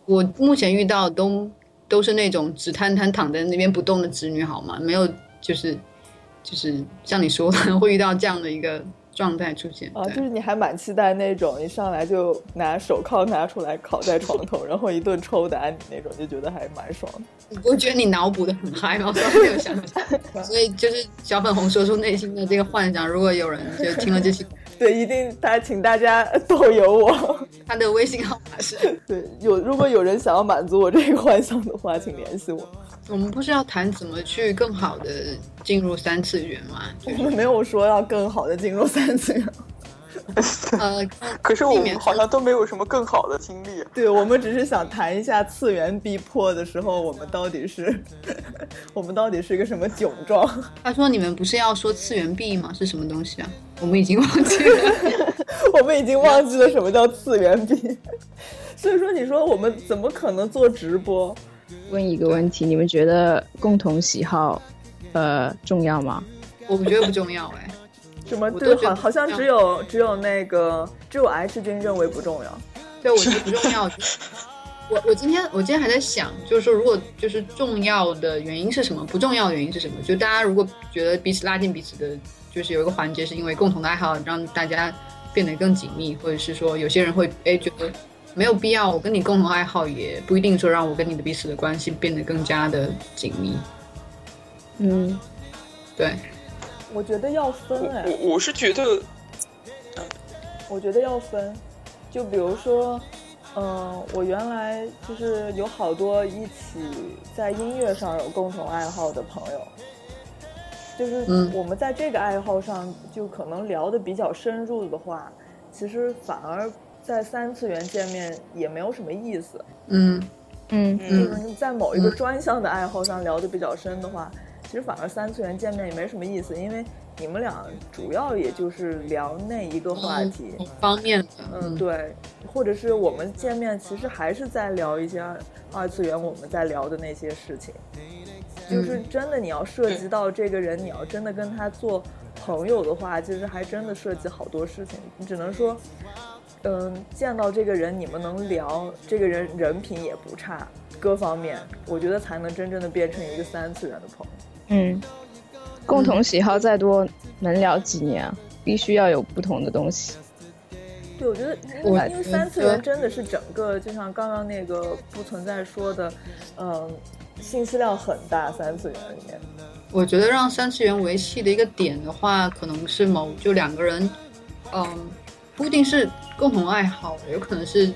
我目前遇到的都都是那种只摊摊躺在那边不动的直女，好吗？没有，就是就是像你说的， <laughs> 会遇到这样的一个状态出现。啊，对就是你还蛮期待那种一上来就拿手铐拿出来铐在床头，然后一顿抽打你那种，就觉得还蛮爽的。我觉得你脑补的很嗨嘛，我从来没有想 <laughs> 过。所以就是小粉红说出内心的这个幻想，如果有人就听了这期，对，一定大家请大家都有我。他的微信号码是， <laughs> 对，有如果有人想要满足我这个幻想的话，请联系我。我们不是要谈怎么去更好的进入三次元吗？就我们没有说要更好的进入三次元，呃，可是我避们免好像都没有什么更好的经历。 <laughs> 对我们只是想谈一下次元逼迫的时候，我们到底是， <laughs> 我们到底是一个什么窘状？ <laughs> 他说：“你们不是要说次元壁吗？是什么东西啊？我们已经忘记了。我们已经忘记了什么叫次元逼， <laughs> 所以说你说我们怎么可能做直播？问一个问题，你们觉得共同喜好，呃，重要吗？我觉得不重要哎、什么？我对，都觉好，得好像只有只有那个只有 H 君认为不重要。对，我觉得不重要。我我今天我今天还在想，就是说，如果就是重要的原因是什么，不重要的原因是什么？就大家如果觉得彼此拉近彼此的，就是有一个环节是因为共同的爱好，让大家变得更紧密，或者是说有些人会哎觉得没有必要，我跟你共同爱好也不一定说让我跟你的彼此的关系变得更加的紧密。嗯，对，我觉得要分哎我，我是觉得，我觉得要分。就比如说，嗯、我原来就是有好多一起在音乐上有共同爱好的朋友，就是嗯我们在这个爱好上就可能聊的比较深入的话，其实反而在三次元见面也没有什么意思。嗯嗯，就嗯，是在某一个专项的爱好上聊得比较深的话，其实反而三次元见面也没什么意思，因为你们俩主要也就是聊那一个话题。同方面的，嗯，对，或者是我们见面其实还是在聊一些二二次元我们在聊的那些事情，就是真的你要涉及到这个人，你要真的跟他做朋友的话，其实还真的涉及好多事情。你只能说，嗯，见到这个人你们能聊，这个人人品也不差，各方面，我觉得才能真正的变成一个三次元的朋友。嗯，共同喜好再多能聊几年啊？必须要有不同的东西。对，我觉得因我为因为觉三次得元真的是整个，就像刚刚那个不存在说的，嗯，信息量很大。三次元里面，我觉得让三次元维系的一个点的话，可能是某就两个人，嗯，不一定是共同爱好，有可能是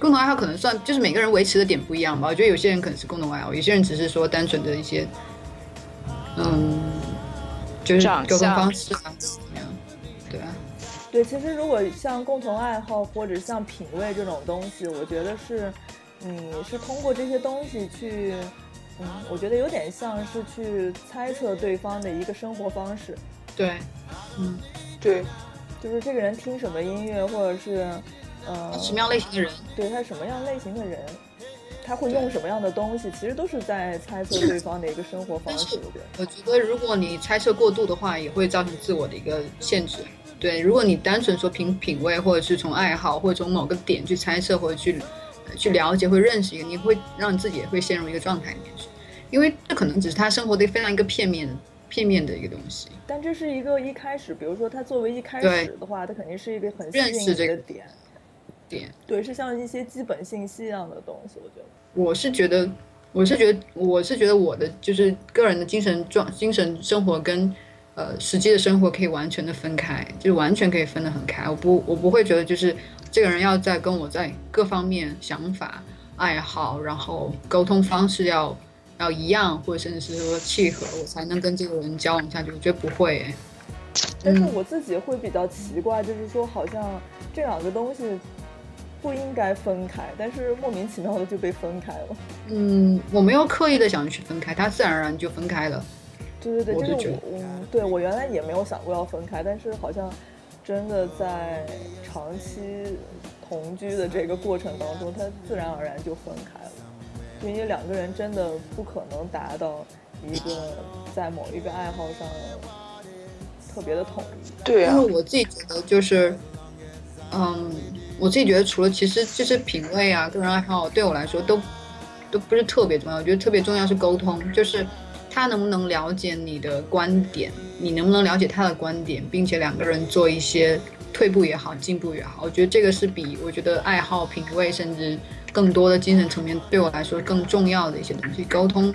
共同爱好，可能算就是每个人维持的点不一样吧。我觉得有些人可能是共同爱好，有些人只是说单纯的一些，嗯，就是长沟通相方式啊，怎么样？对啊，对，其实如果像共同爱好或者像品味这种东西，我觉得是你是通过这些东西去，嗯，我觉得有点像是去猜测对方的一个生活方式。对，啊对，就是这个人听什么音乐，或者是，呃，什么样类型的人？对他什么样类型的人，他会用什么样的东西，其实都是在猜测对方的一个生活方式。我觉得，我觉得如果你猜测过度的话，也会造成自我的一个限制。对，如果你单纯说凭品味，或者是从爱好，或者从某个点去猜测，或者去呃去了解，或认识一个，你会让你自己也会陷入一个状态里面去，因为这可能只是他生活的非常一个片面的片面的一个东西。但这是一个一开始，比如说他作为一开始对的话，他肯定是一个很吸认引识你这的个点。点，对，是像一些基本信息一样的东西，我觉得。我是觉得，我是觉得，我是觉得我的就是个人的精神状、精神生活跟呃实际的生活可以完全的分开，就是完全可以分得很开。我不，我不会觉得就是这个人要在跟我在各方面想法、爱好，然后沟通方式要要一样，或者甚至是说契合，我才能跟这个人交往下去。我觉得不会、欸，但是嗯我自己会比较奇怪，就是说好像这两个东西不应该分开，但是莫名其妙的就被分开了。嗯，我没有刻意的想去分开，它自然而然就分开了。对对我对，就这觉个得我，嗯，对我原来也没有想过要分开，但是好像真的在长期同居的这个过程当中，它自然而然就分开了，就因为两个人真的不可能达到一个在某一个爱好上特别的统一。对啊但，是我自己觉得就是，嗯，我自己觉得除了其实就是品味啊、个人爱好，对我来说都都不是特别重要。我觉得特别重要是沟通，就是他能不能了解你的观点，你能不能了解他的观点，并且两个人做一些退步也好、进步也好，我觉得这个是比我觉得爱好、品味甚至更多的精神层面对我来说更重要的一些东西。沟通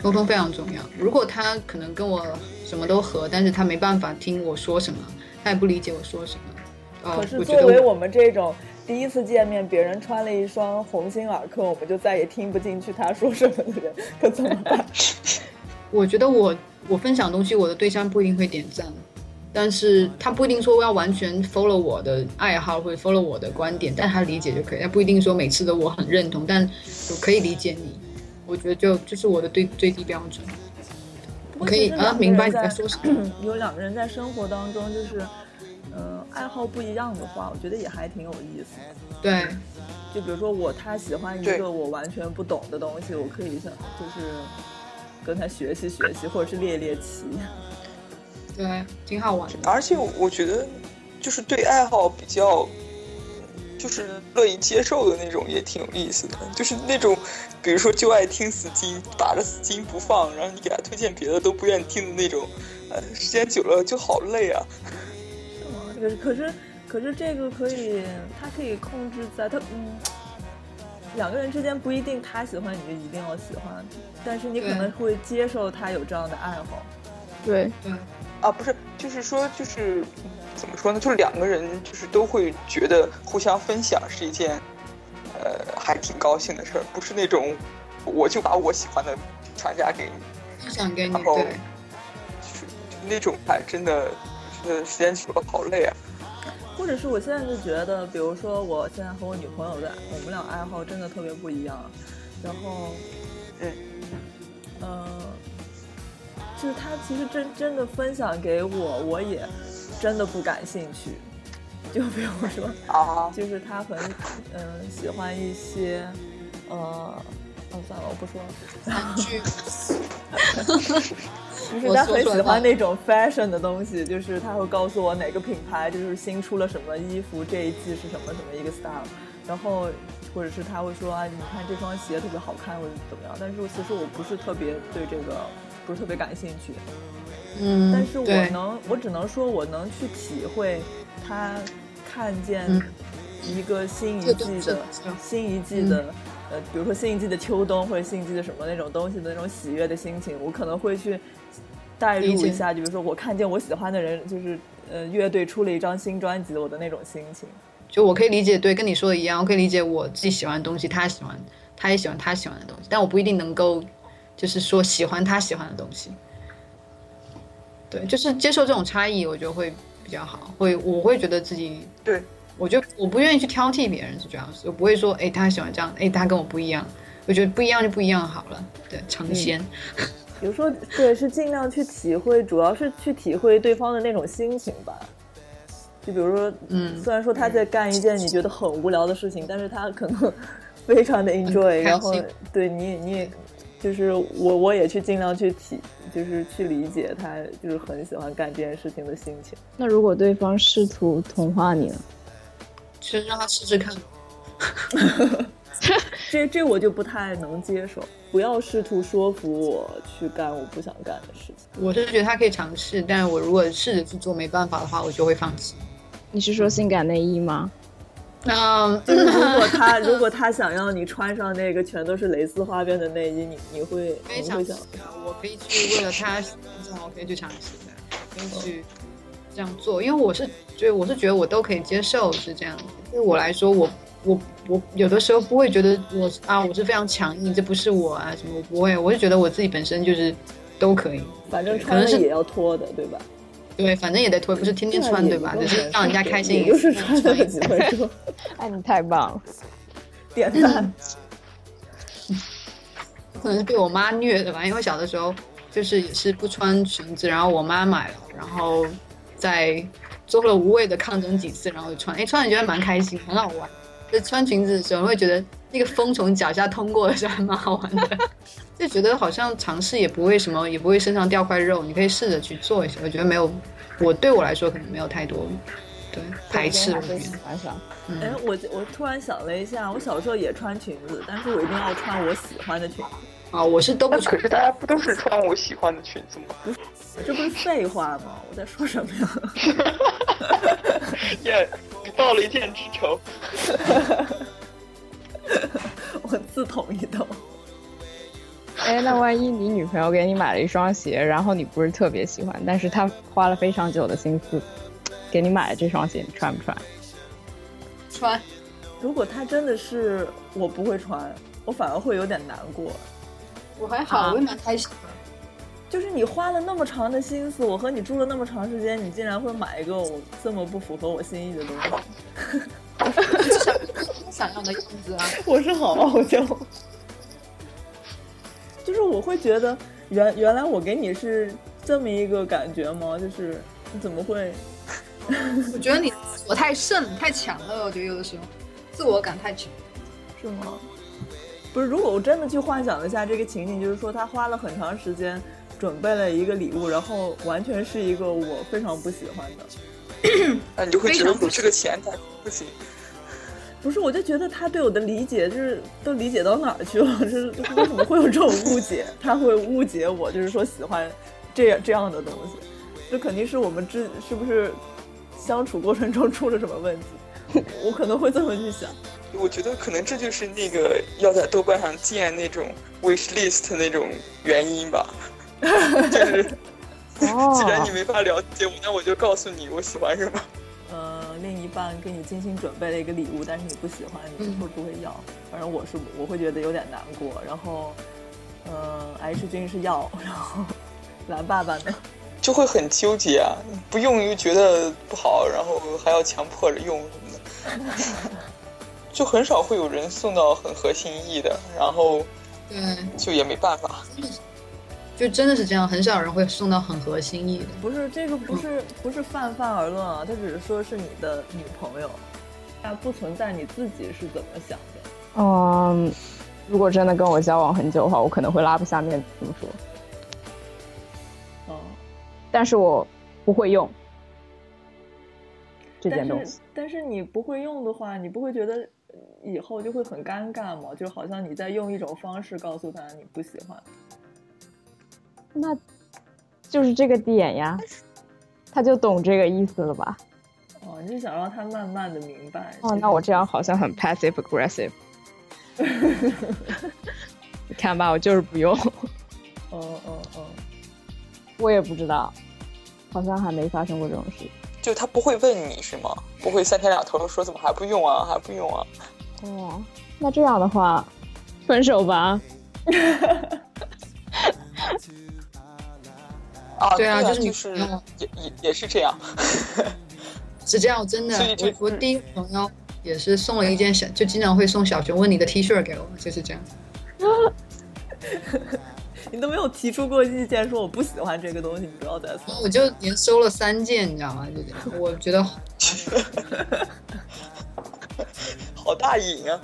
沟通非常重要。如果他可能跟我什么都合，但是他没办法听我说什么，他也不理解我说什么，呃可，是我作觉为得我们这种第一次见面，别人穿了一双鸿星尔克，我们就再也听不进去他说什么的人，可怎么办？我觉得我我分享东西，我的对象不一定会点赞，但是他不一定说要完全 follow 我的爱好或者 follow 我的观点，但他理解就可以，他不一定说每次都我很认同，但我可以理解你，我觉得就这、是我的最最低标准，我可以不过其实啊两个明白人你在在说什么， <clears throat> 有两个人在生活当中就是，呃，爱好不一样的话，我觉得也还挺有意思的。对。就比如说我他喜欢一对个我完全不懂的东西，我可以想就是跟他学习学习，或者是猎猎奇。 <laughs> 对，挺好玩的。而且我觉得，就是对爱好比较，就是乐意接受的那种也挺有意思的。就是那种，比如说就爱听死金，把着死金不放，然后你给他推荐别的都不愿意听的那种，呃，时间久了就好累啊。可是可是可是这个可以，他可以控制在他嗯。两个人之间不一定他喜欢你就一定要喜欢，但是你可对能会接受他有这样的爱好。对，啊，不是，就是说，就是嗯怎么说呢？就是两个人就是都会觉得互相分享是一件，呃，还挺高兴的事儿，不是那种我就把我喜欢的传达给你，就想给你然后对，就是那种哎，真的，真的时间久了好累啊。或者是我现在就觉得，比如说我现在和我女朋友的，我们俩爱好真的特别不一样。然后，嗯，呃，就是她其实真真的分享给我，我也真的不感兴趣。就比如说，啊，就是她很嗯、喜欢一些，呃，哦算了，我不说了。<laughs> 韩剧不是，我他说很出喜来欢吧那种 fashion 的东西，就是他会告诉我哪个品牌就是新出了什么衣服，这一季是什么什么一个 style，然后或者是他会说啊，你看这双鞋特别好看，或者怎么样。但是我其实我不是特别对这个不是特别感兴趣，嗯，但是我对能，我只能说我能去体会他看见嗯一个新一这个季是的是新一季的。嗯呃，比如说新一季的秋冬，或者新一季的什么那种东西的那种喜悦的心情，我可能会去代入理解一下。就比如说，我看见我喜欢的人，就是呃，乐队出了一张新专辑，我的那种心情。就我可以理解，对，跟你说的一样，我可以理解我自己喜欢的东西，他喜欢，他也喜欢他喜欢的东西，但我不一定能够，就是说喜欢他喜欢的东西。对，就是接受这种差异，我觉得会比较好，会我会觉得自己对，我就我不愿意去挑剔别人，是主要是，我不会说，哎，他喜欢这样，哎，他跟我不一样，我觉得不一样就不一样好了，对，尝鲜，比如说，对，是尽量去体会，主要是去体会对方的那种心情吧。就比如说，嗯虽然说他在干一件你觉得很无聊的事情，但是他可能非常的 enjoy，然后心对你也你也就是我我也去尽量去体，就是去理解他就是很喜欢干这件事情的心情。那如果对方试图同化你呢？就让他试试看。这这我就不太能接受，不要试图说服我去干我不想干的事情。我是觉得他可以尝试，但是我如果试着去做没办法的话，我就会放弃。你是说性感内衣吗？那、就是如果他如果他想要你穿上那个全都是蕾丝花边的内衣，你你会非你常会想想，我可以去为了他想这样，我可以去尝试的，可哦以去这样做，因为我是觉得我是觉得我都可以接受是这样子。对我来说，我我我有的时候不会觉得我是啊我是非常强硬，这不是我啊什么，我不会，我就觉得我自己本身就是都可以。反正对穿可能了是也要脱的，对吧？对，反正也得脱，不是天天穿对吧？这只啊样也是让人家开心也 <laughs> 就是穿那么几分 <laughs> 钟， <laughs> 哎，你太棒了！点赞。嗯可能是被我妈虐的吧，因为小的时候就是也是不穿裙子，然后我妈买了，然后在做了无谓的抗争几次，然后就穿，哎，穿了觉得蛮开心，很好玩。就穿裙子的时候会觉得那个风从脚下通过的时候还蛮好玩的， <laughs> 就觉得好像尝试也不会什么，也不会身上掉块肉，你可以试着去做一下。我觉得没有，我对我来说可能没有太多对排斥我我最觉喜得欢上。哎，我我突然想了一下，我小时候也穿裙子，但是我一定要穿我喜欢的裙子，啊，我是都不那穿可是大家不都是穿我喜欢的裙子吗？ <laughs> 这不是废话吗？我在说什么呀？ <laughs> 耶，你报了一箭之仇。我自捅一刀。哎，那万一你女朋友给你买了一双鞋，然后你不是特别喜欢，但是她花了非常久的心思给你买了这双鞋，你穿不穿？穿，如果他真的是我不会穿，我反而会有点难过。 <laughs> 我还好，我也蛮开心的。就是你花了那么长的心思，我和你住了那么长时间，你竟然会买一个我这么不符合我心意的东西，想要的样子啊，我是好傲娇。就是我会觉得原原来我给你是这么一个感觉吗？就是你怎么会？我觉得你自我太盛太强了，我觉得有的时候自我感太强。是吗？不是，如果我真的去幻想了一下这个情景，就是说他花了很长时间准备了一个礼物，然后完全是一个我非常不喜欢的。那你就会觉得非常有这个钱才不行。不是，我就觉得他对我的理解就是都理解到哪儿去了？ <laughs> 就是为什么会有这种误解？ <laughs> 他会误解我，就是说喜欢这样这样的东西，这肯定是我们之是不是相处过程中出了什么问题？ <laughs> 我可能会这么去想。我觉得可能这就是那个要在豆瓣上建那种 wish list 那种原因 <laughs> 吧。就是既 <laughs> 然你哦，没法了解我，那我就告诉你我喜欢什么。呃，另一半给你精心准备了一个礼物，但是你不喜欢，你嗯会不会要？反正我是我会觉得有点难过。然后，嗯，H 君是要，然后蓝爸爸呢？就会很纠结啊，不用又觉得不好，然后还要强迫着用什么的， <laughs> 就很少会有人送到很合心意的，然后对，就也没办法。就真的是这样，很少人会送到很合心意的。不是这个，不是不是泛泛而论啊，他只是说是你的女朋友，那不存在你自己是怎么想的。嗯，如果真的跟我交往很久的话，我可能会拉不下面子这么说，哦，但是我不会用这件东但西是。但是你不会用的话，你不会觉得以后就会很尴尬吗？就好像你在用一种方式告诉他你不喜欢。那就是这个点呀，他就懂这个意思了吧？哦，你是想让他慢慢的明白。哦，那我这样好像很 passive aggressive。你看吧，我就是不用， <laughs> 嗯嗯嗯，我也不知道，好像还没发生过这种事。就他不会问你是吗？不会三天两头说怎么还不用啊，还不用啊？哦，那这样的话，分手吧。啊，对啊就就是你是嗯也也也是这样。是这样，真的所以。就我我第一个朋友也是送了一件小，就经常会送小熊问你的 T 恤给我，就是这样。你都没有提出过意见，说我不喜欢这个东西，你不要再然送。后我就连收了三件，你知道吗？就这样，我觉得好大瘾啊！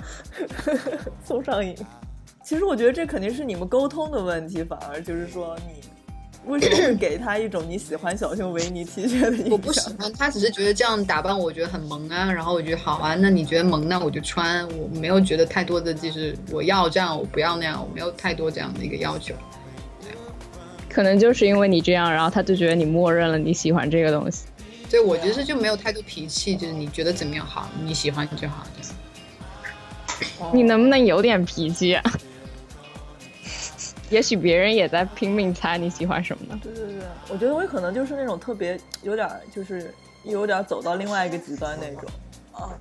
送上瘾。 <laughs> 其实我觉得这肯定是你们沟通的问题，反而就是说你为什么会给他一种你喜欢小熊维尼 T 恤的印象？我 <laughs> 不喜欢，他只是觉得这样打扮我觉得很萌啊，然后我觉得好啊，那你觉得萌，那我就穿，我没有觉得太多的就是我要这样，我不要那样，我没有太多这样的一个要求。可能就是因为你这样，然后他就觉得你默认了你喜欢这个东西。所以我其啊实就没有太多脾气，就是你觉得怎么样好，你喜欢就好。这样你能不能有点脾气、 <laughs> 啊？也许别人也在拼命猜你喜欢什么呢？对对对，我觉得我可能就是那种特别有点儿就是有点儿走到另外一个极端那种。啊，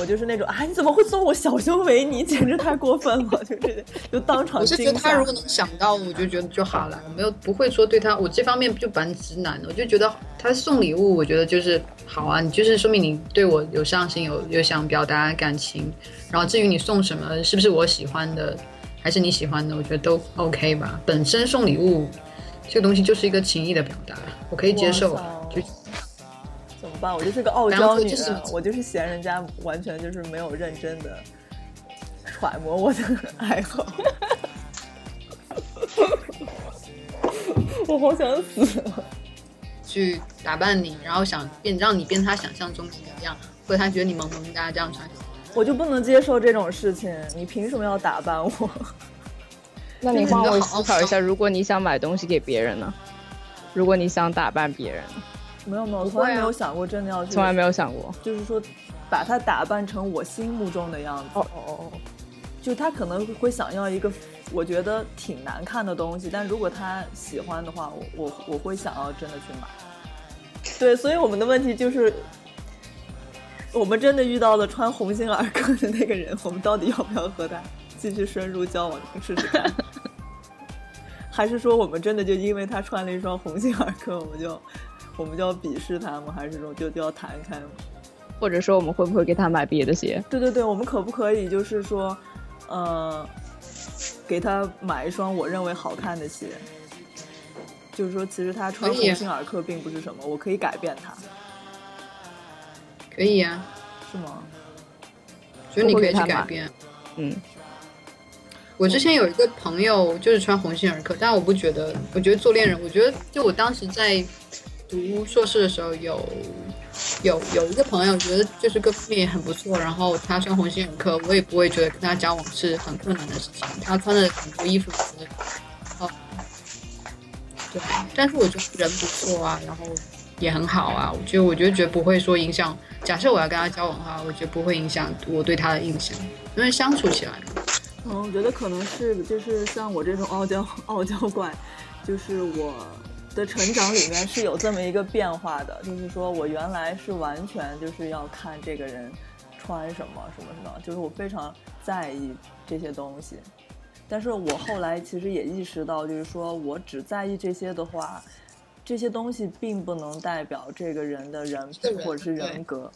我就是那种啊，你怎么会送我小熊维尼？简直太过分了！就这，就当场我是呃惊觉得他吓如果能想到，我就觉得就好了，我没有不会说对他，我这方面就蛮直男的，我就觉得他送礼物，我觉得就是好啊，你就是说明你对我有上心，有有想表达感情，然后至于你送什么，是不是我喜欢的，还是你喜欢的，我觉得都 OK 吧。本身送礼物这个东西就是一个情谊的表达，我可以接受哇塞，就怎么办？我就是个傲然娇后女就是人，我就是嫌人家完全就是没有认真的揣摩我的爱好。我好想死！去打扮你，然后想变让你变他想象中的那样，或者他觉得你萌萌哒这样穿。我就不能接受这种事情，你凭什么要打扮我？ <laughs> 那你换位思考一下，如果你想买东西给别人呢？如果你想打扮别人呢，没有没有，不会从来啊没有想过真的要去，从来没有想过。就是说把它打扮成我心目中的样子。哦哦哦，就他可能会想要一个我觉得挺难看的东西，但如果他喜欢的话，我我我会想要真的去买。对，所以我们的问题就是，我们真的遇到了穿鸿星尔克的那个人，我们到底要不要和他继续深入交往试试 <laughs> 看？还是说我们真的就因为他穿了一双鸿星尔克，我们就我们就要鄙视他吗？还是说就就要弹开吗？或者说我们会不会给他买别的鞋？对对对，我们可不可以就是说，呃，给他买一双我认为好看的鞋？就是说，其实他穿可以鸿星尔克并不是什么，我可以改变他，可以啊，是吗？所以你可以会去不会给他改买变。嗯，我之前有一个朋友就是穿鸿星尔克，但我不觉得，我觉得做恋人，我觉得就我当时在读硕士的时候有。有有一个朋友，觉得就是各方面也很不错，然后他穿鸿星尔克，我也不会觉得跟他交往是很困难的事情。他穿的很多衣服是，哦，对，但是我觉得人不错啊，然后也很好啊，我就我觉得觉得不会说影响。假设我要跟他交往的话，我觉得不会影响我对他的印象，因为相处起来嗯，我觉得可能是就是像我这种傲娇傲娇怪，就是我的成长里面是有这么一个变化的，就是说我原来是完全就是要看这个人穿什么什么什么，就是我非常在意这些东西。但是我后来其实也意识到，就是说我只在意这些的话，这些东西并不能代表这个人的人这品个人或者是对人格。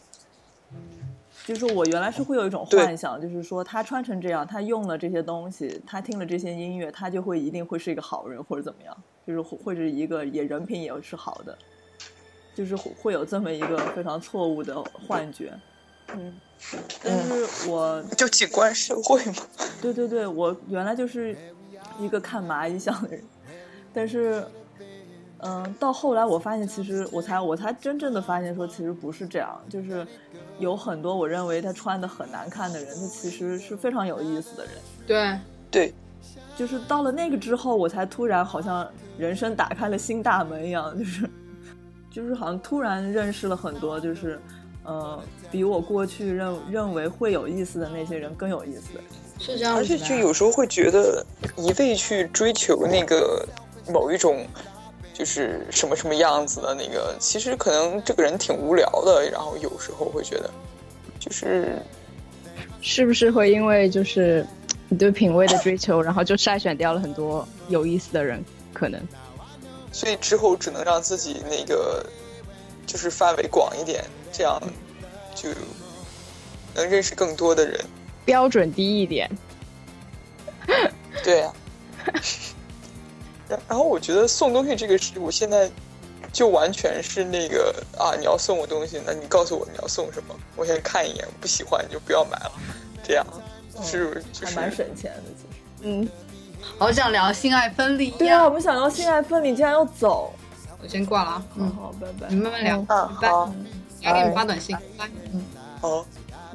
就是我原来是会有一种对幻想，就是说他穿成这样，他用了这些东西，他听了这些音乐，他就会一定会是一个好人或者怎么样，就是会会是一个也人品也是好的，就是会会有这么一个非常错误的幻觉。嗯，但是我就景观社会嘛。对对对，我原来就是一个看麻衣像的人，但是，嗯，到后来我发现，其实我才我才真正的发现说，其实不是这样，就是有很多我认为他穿的很难看的人，他其实是非常有意思的人。对，对，就是到了那个之后，我才突然好像人生打开了新大门一样，就是就是好像突然认识了很多，就是呃，比我过去认认为会有意思的那些人更有意思的人。是这样而子且的。就有时候会觉得一味去追求那个某一种就是什么什么样子的那个，其实可能这个人挺无聊的。然后有时候会觉得，就是是不是会因为就是你对品味的追求，然后就筛选掉了很多有意思的人？可能所以之后只能让自己那个就是范围广一点，这样就能认识更多的人。标准低一点，对 <laughs> 呀、然然后我觉得送东西这个事，我现在就完全是那个啊，你要送我东西，那你告诉我你要送什么，我先看一眼，不喜欢你就不要买了，这样是就还是蛮省钱的，其实。嗯，好想聊性爱分离对呀、啊，我们想要性爱分离，竟然要走，我先挂了啊，好嗯，好，拜拜你。们慢慢聊，啊拜拜好，要给你们发短信，拜，嗯，好，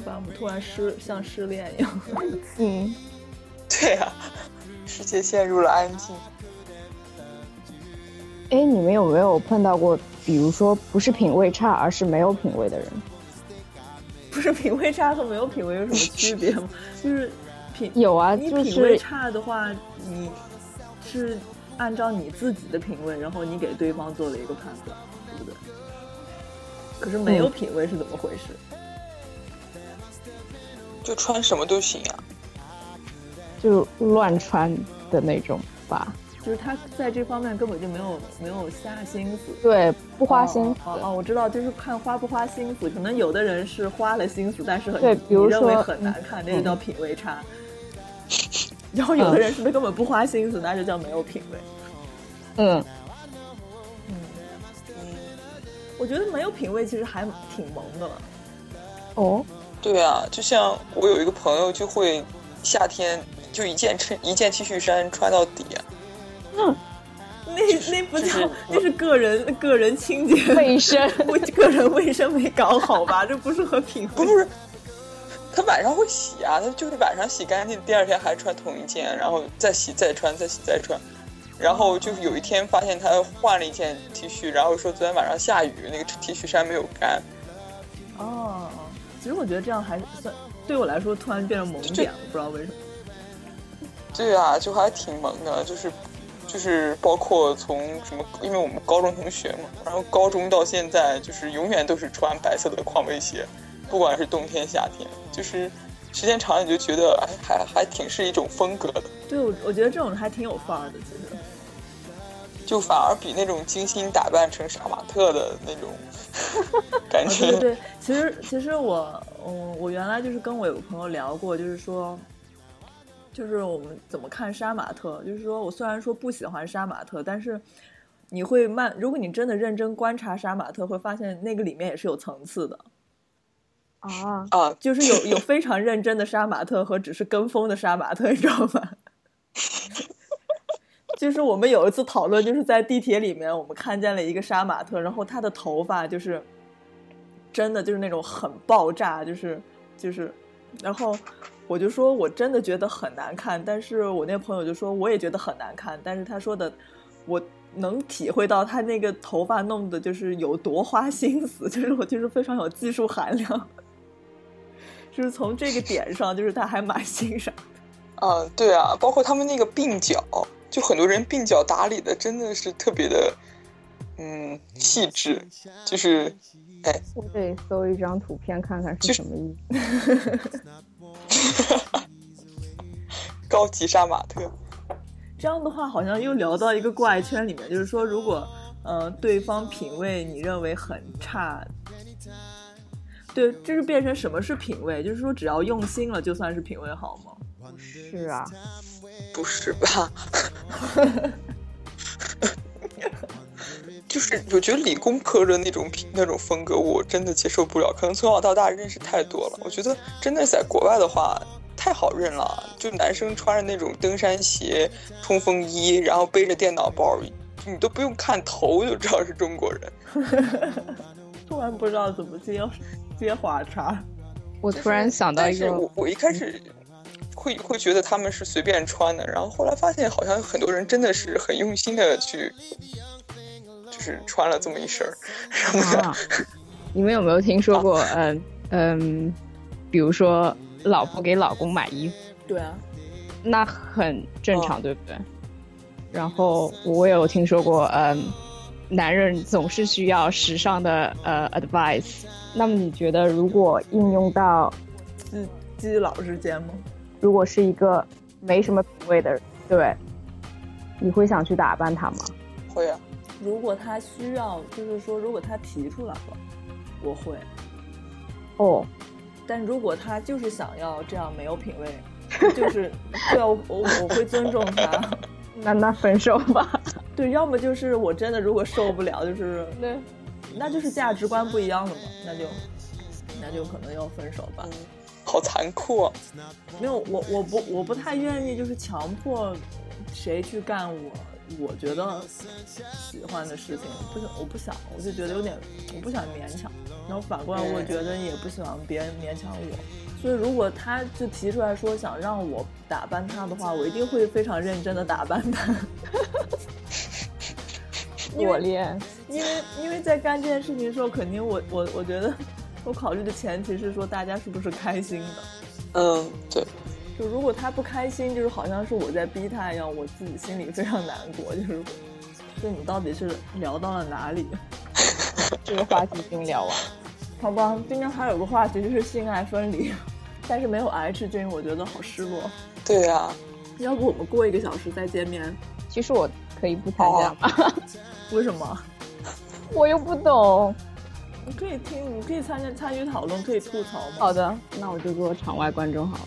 把我们突然失像失恋一样。 <laughs> 嗯，对呀、世界陷入了安静。哎，你们有没有碰到过，比如说不是品味差，而是没有品味的人？不是品味差和没有品味有什么区别 <laughs> 吗？就是品有啊，你就品味是差的话，你是按照你自己的品味，然后你给对方做了一个判断，对不对？可是嗯没有品味是怎么回事？就穿什么都行啊，就乱穿的那种吧。就是他在这方面根本就没有没有下心思。对，不花心思。哦哦哦，我知道，就是看花不花心思。可能有的人是花了心思，但是很对比如你认为说嗯很难看，那就叫品味差。然后有的人是不是根本不花心思，那就叫没有品味。嗯，我觉得没有品味其实还挺萌的了。哦，对啊，就像我有一个朋友就会夏天就一件衬一件 T 恤衫穿到底啊，那那不就是叫我，那是个人个人清洁卫生我个人卫生没搞好吧？这不是和品不味哦是。不是，他晚上会洗啊，他就是晚上洗干净，第二天还穿同一件，然后再洗再穿，再洗再穿。然后就是有一天发现他换了一件 T 恤，然后说昨天晚上下雨，那个 T 恤衫没有干，哦。其实我觉得这样还算对我来说突然变成萌点了，不知道为什么。对啊，就还挺萌的，就是就是包括从什么，因为我们高中同学嘛，然后高中到现在就是永远都是穿白色的匡威鞋，不管是冬天夏天，就是时间长了你就觉得哎还还挺是一种风格的，对，我我觉得这种还挺有范儿的，其实。就反而比那种精心打扮成杀马特的那种感啊觉对对，对，其实其实我嗯，我原来就是跟我有个朋友聊过，就是说，就是我们怎么看杀马特，就是说我虽然说不喜欢杀马特，但是你会慢，如果你真的认真观察杀马特，会发现那个里面也是有层次的， <laughs> 啊，啊，就是有有非常认真的杀马特和只是跟风的杀马特，你知道吗？ <laughs> 就是我们有一次讨论，就是在地铁里面，我们看见了一个杀马特，然后他的头发就是真的就是那种很爆炸，就是就是，然后我就说我真的觉得很难看，但是我那朋友就说我也觉得很难看，但是他说的我能体会到他那个头发弄的就是有多花心思，就是我就是非常有技术含量，就是从这个点上，就是他还蛮欣赏。啊，对啊，包括他们那个鬓角，就很多人鬓角打理的真的是特别的，嗯，细致，就是我得搜一张图片看看就是什么意思。高级杀马特。这样的话，好像又聊到一个怪圈里面，就是说，如果呃对方品味你认为很差，对，就是变成什么是品味？就是说，只要用心了，就算是品味好吗？是啊，不是吧？就是我觉得理工科的那种品那种风格，我真的接受不了。可能从小到大认识太多了，我觉得真的在国外的话太好认了。就男生穿着那种登山鞋、冲锋衣，然后背着电脑包，你都不用看头就知道是中国人。突然不知道怎么接接话茬。我突然想到但一是个，我哎我一开始会会觉得他们是随便穿的，然后后来发现好像很多人真的是很用心的去，就是穿了这么一身儿，然后啊，你们有没有听说过？嗯嗯，比如说老婆给老公买衣服，对啊，那很正常，对不对？然后我也有听说过，嗯，男人总是需要时尚的呃 advice。那么你觉得，如果应用到基基佬嗯之间吗？如果是一个没什么品味的人，对，你会想去打扮他吗？会啊，如果他需要，就是说，如果他提出来了，我会；哦，但如果他就是想要这样没有品味，就是对啊，我我我会尊重他。那那分手吧。对，要么就是我真的如果受不了，就是那那就是价值观不一样了嘛，那就那就可能要分手吧。好残酷啊！没有，我我不我不太愿意就是强迫谁去干我我觉得喜欢的事情，不想我不想，我就觉得有点我不想勉强。然后反过来，我觉得也不喜欢别人勉强我。所以如果他就提出来说想让我打扮他的话，我一定会非常认真的打扮他。因为我恋，因为因为在干这件事情的时候，肯定我我我觉得我考虑的前提是说大家是不是开心的。嗯，对，就如果他不开心，就是好像是我在逼他一样，我自己心里非常难过。就是， <laughs> 就你到底是聊到了哪里？这个话题已经聊完了。好吧，今天还有个话题就是性爱分离，但是没有 H 君，我觉得好失落。对啊，要不我们过一个小时再见面？其实我可以不参加吗？ <laughs> 为什么？我又不懂。你可以听，你可以参加参与讨论，可以吐槽嘛。好的，那我就做场外观众好了。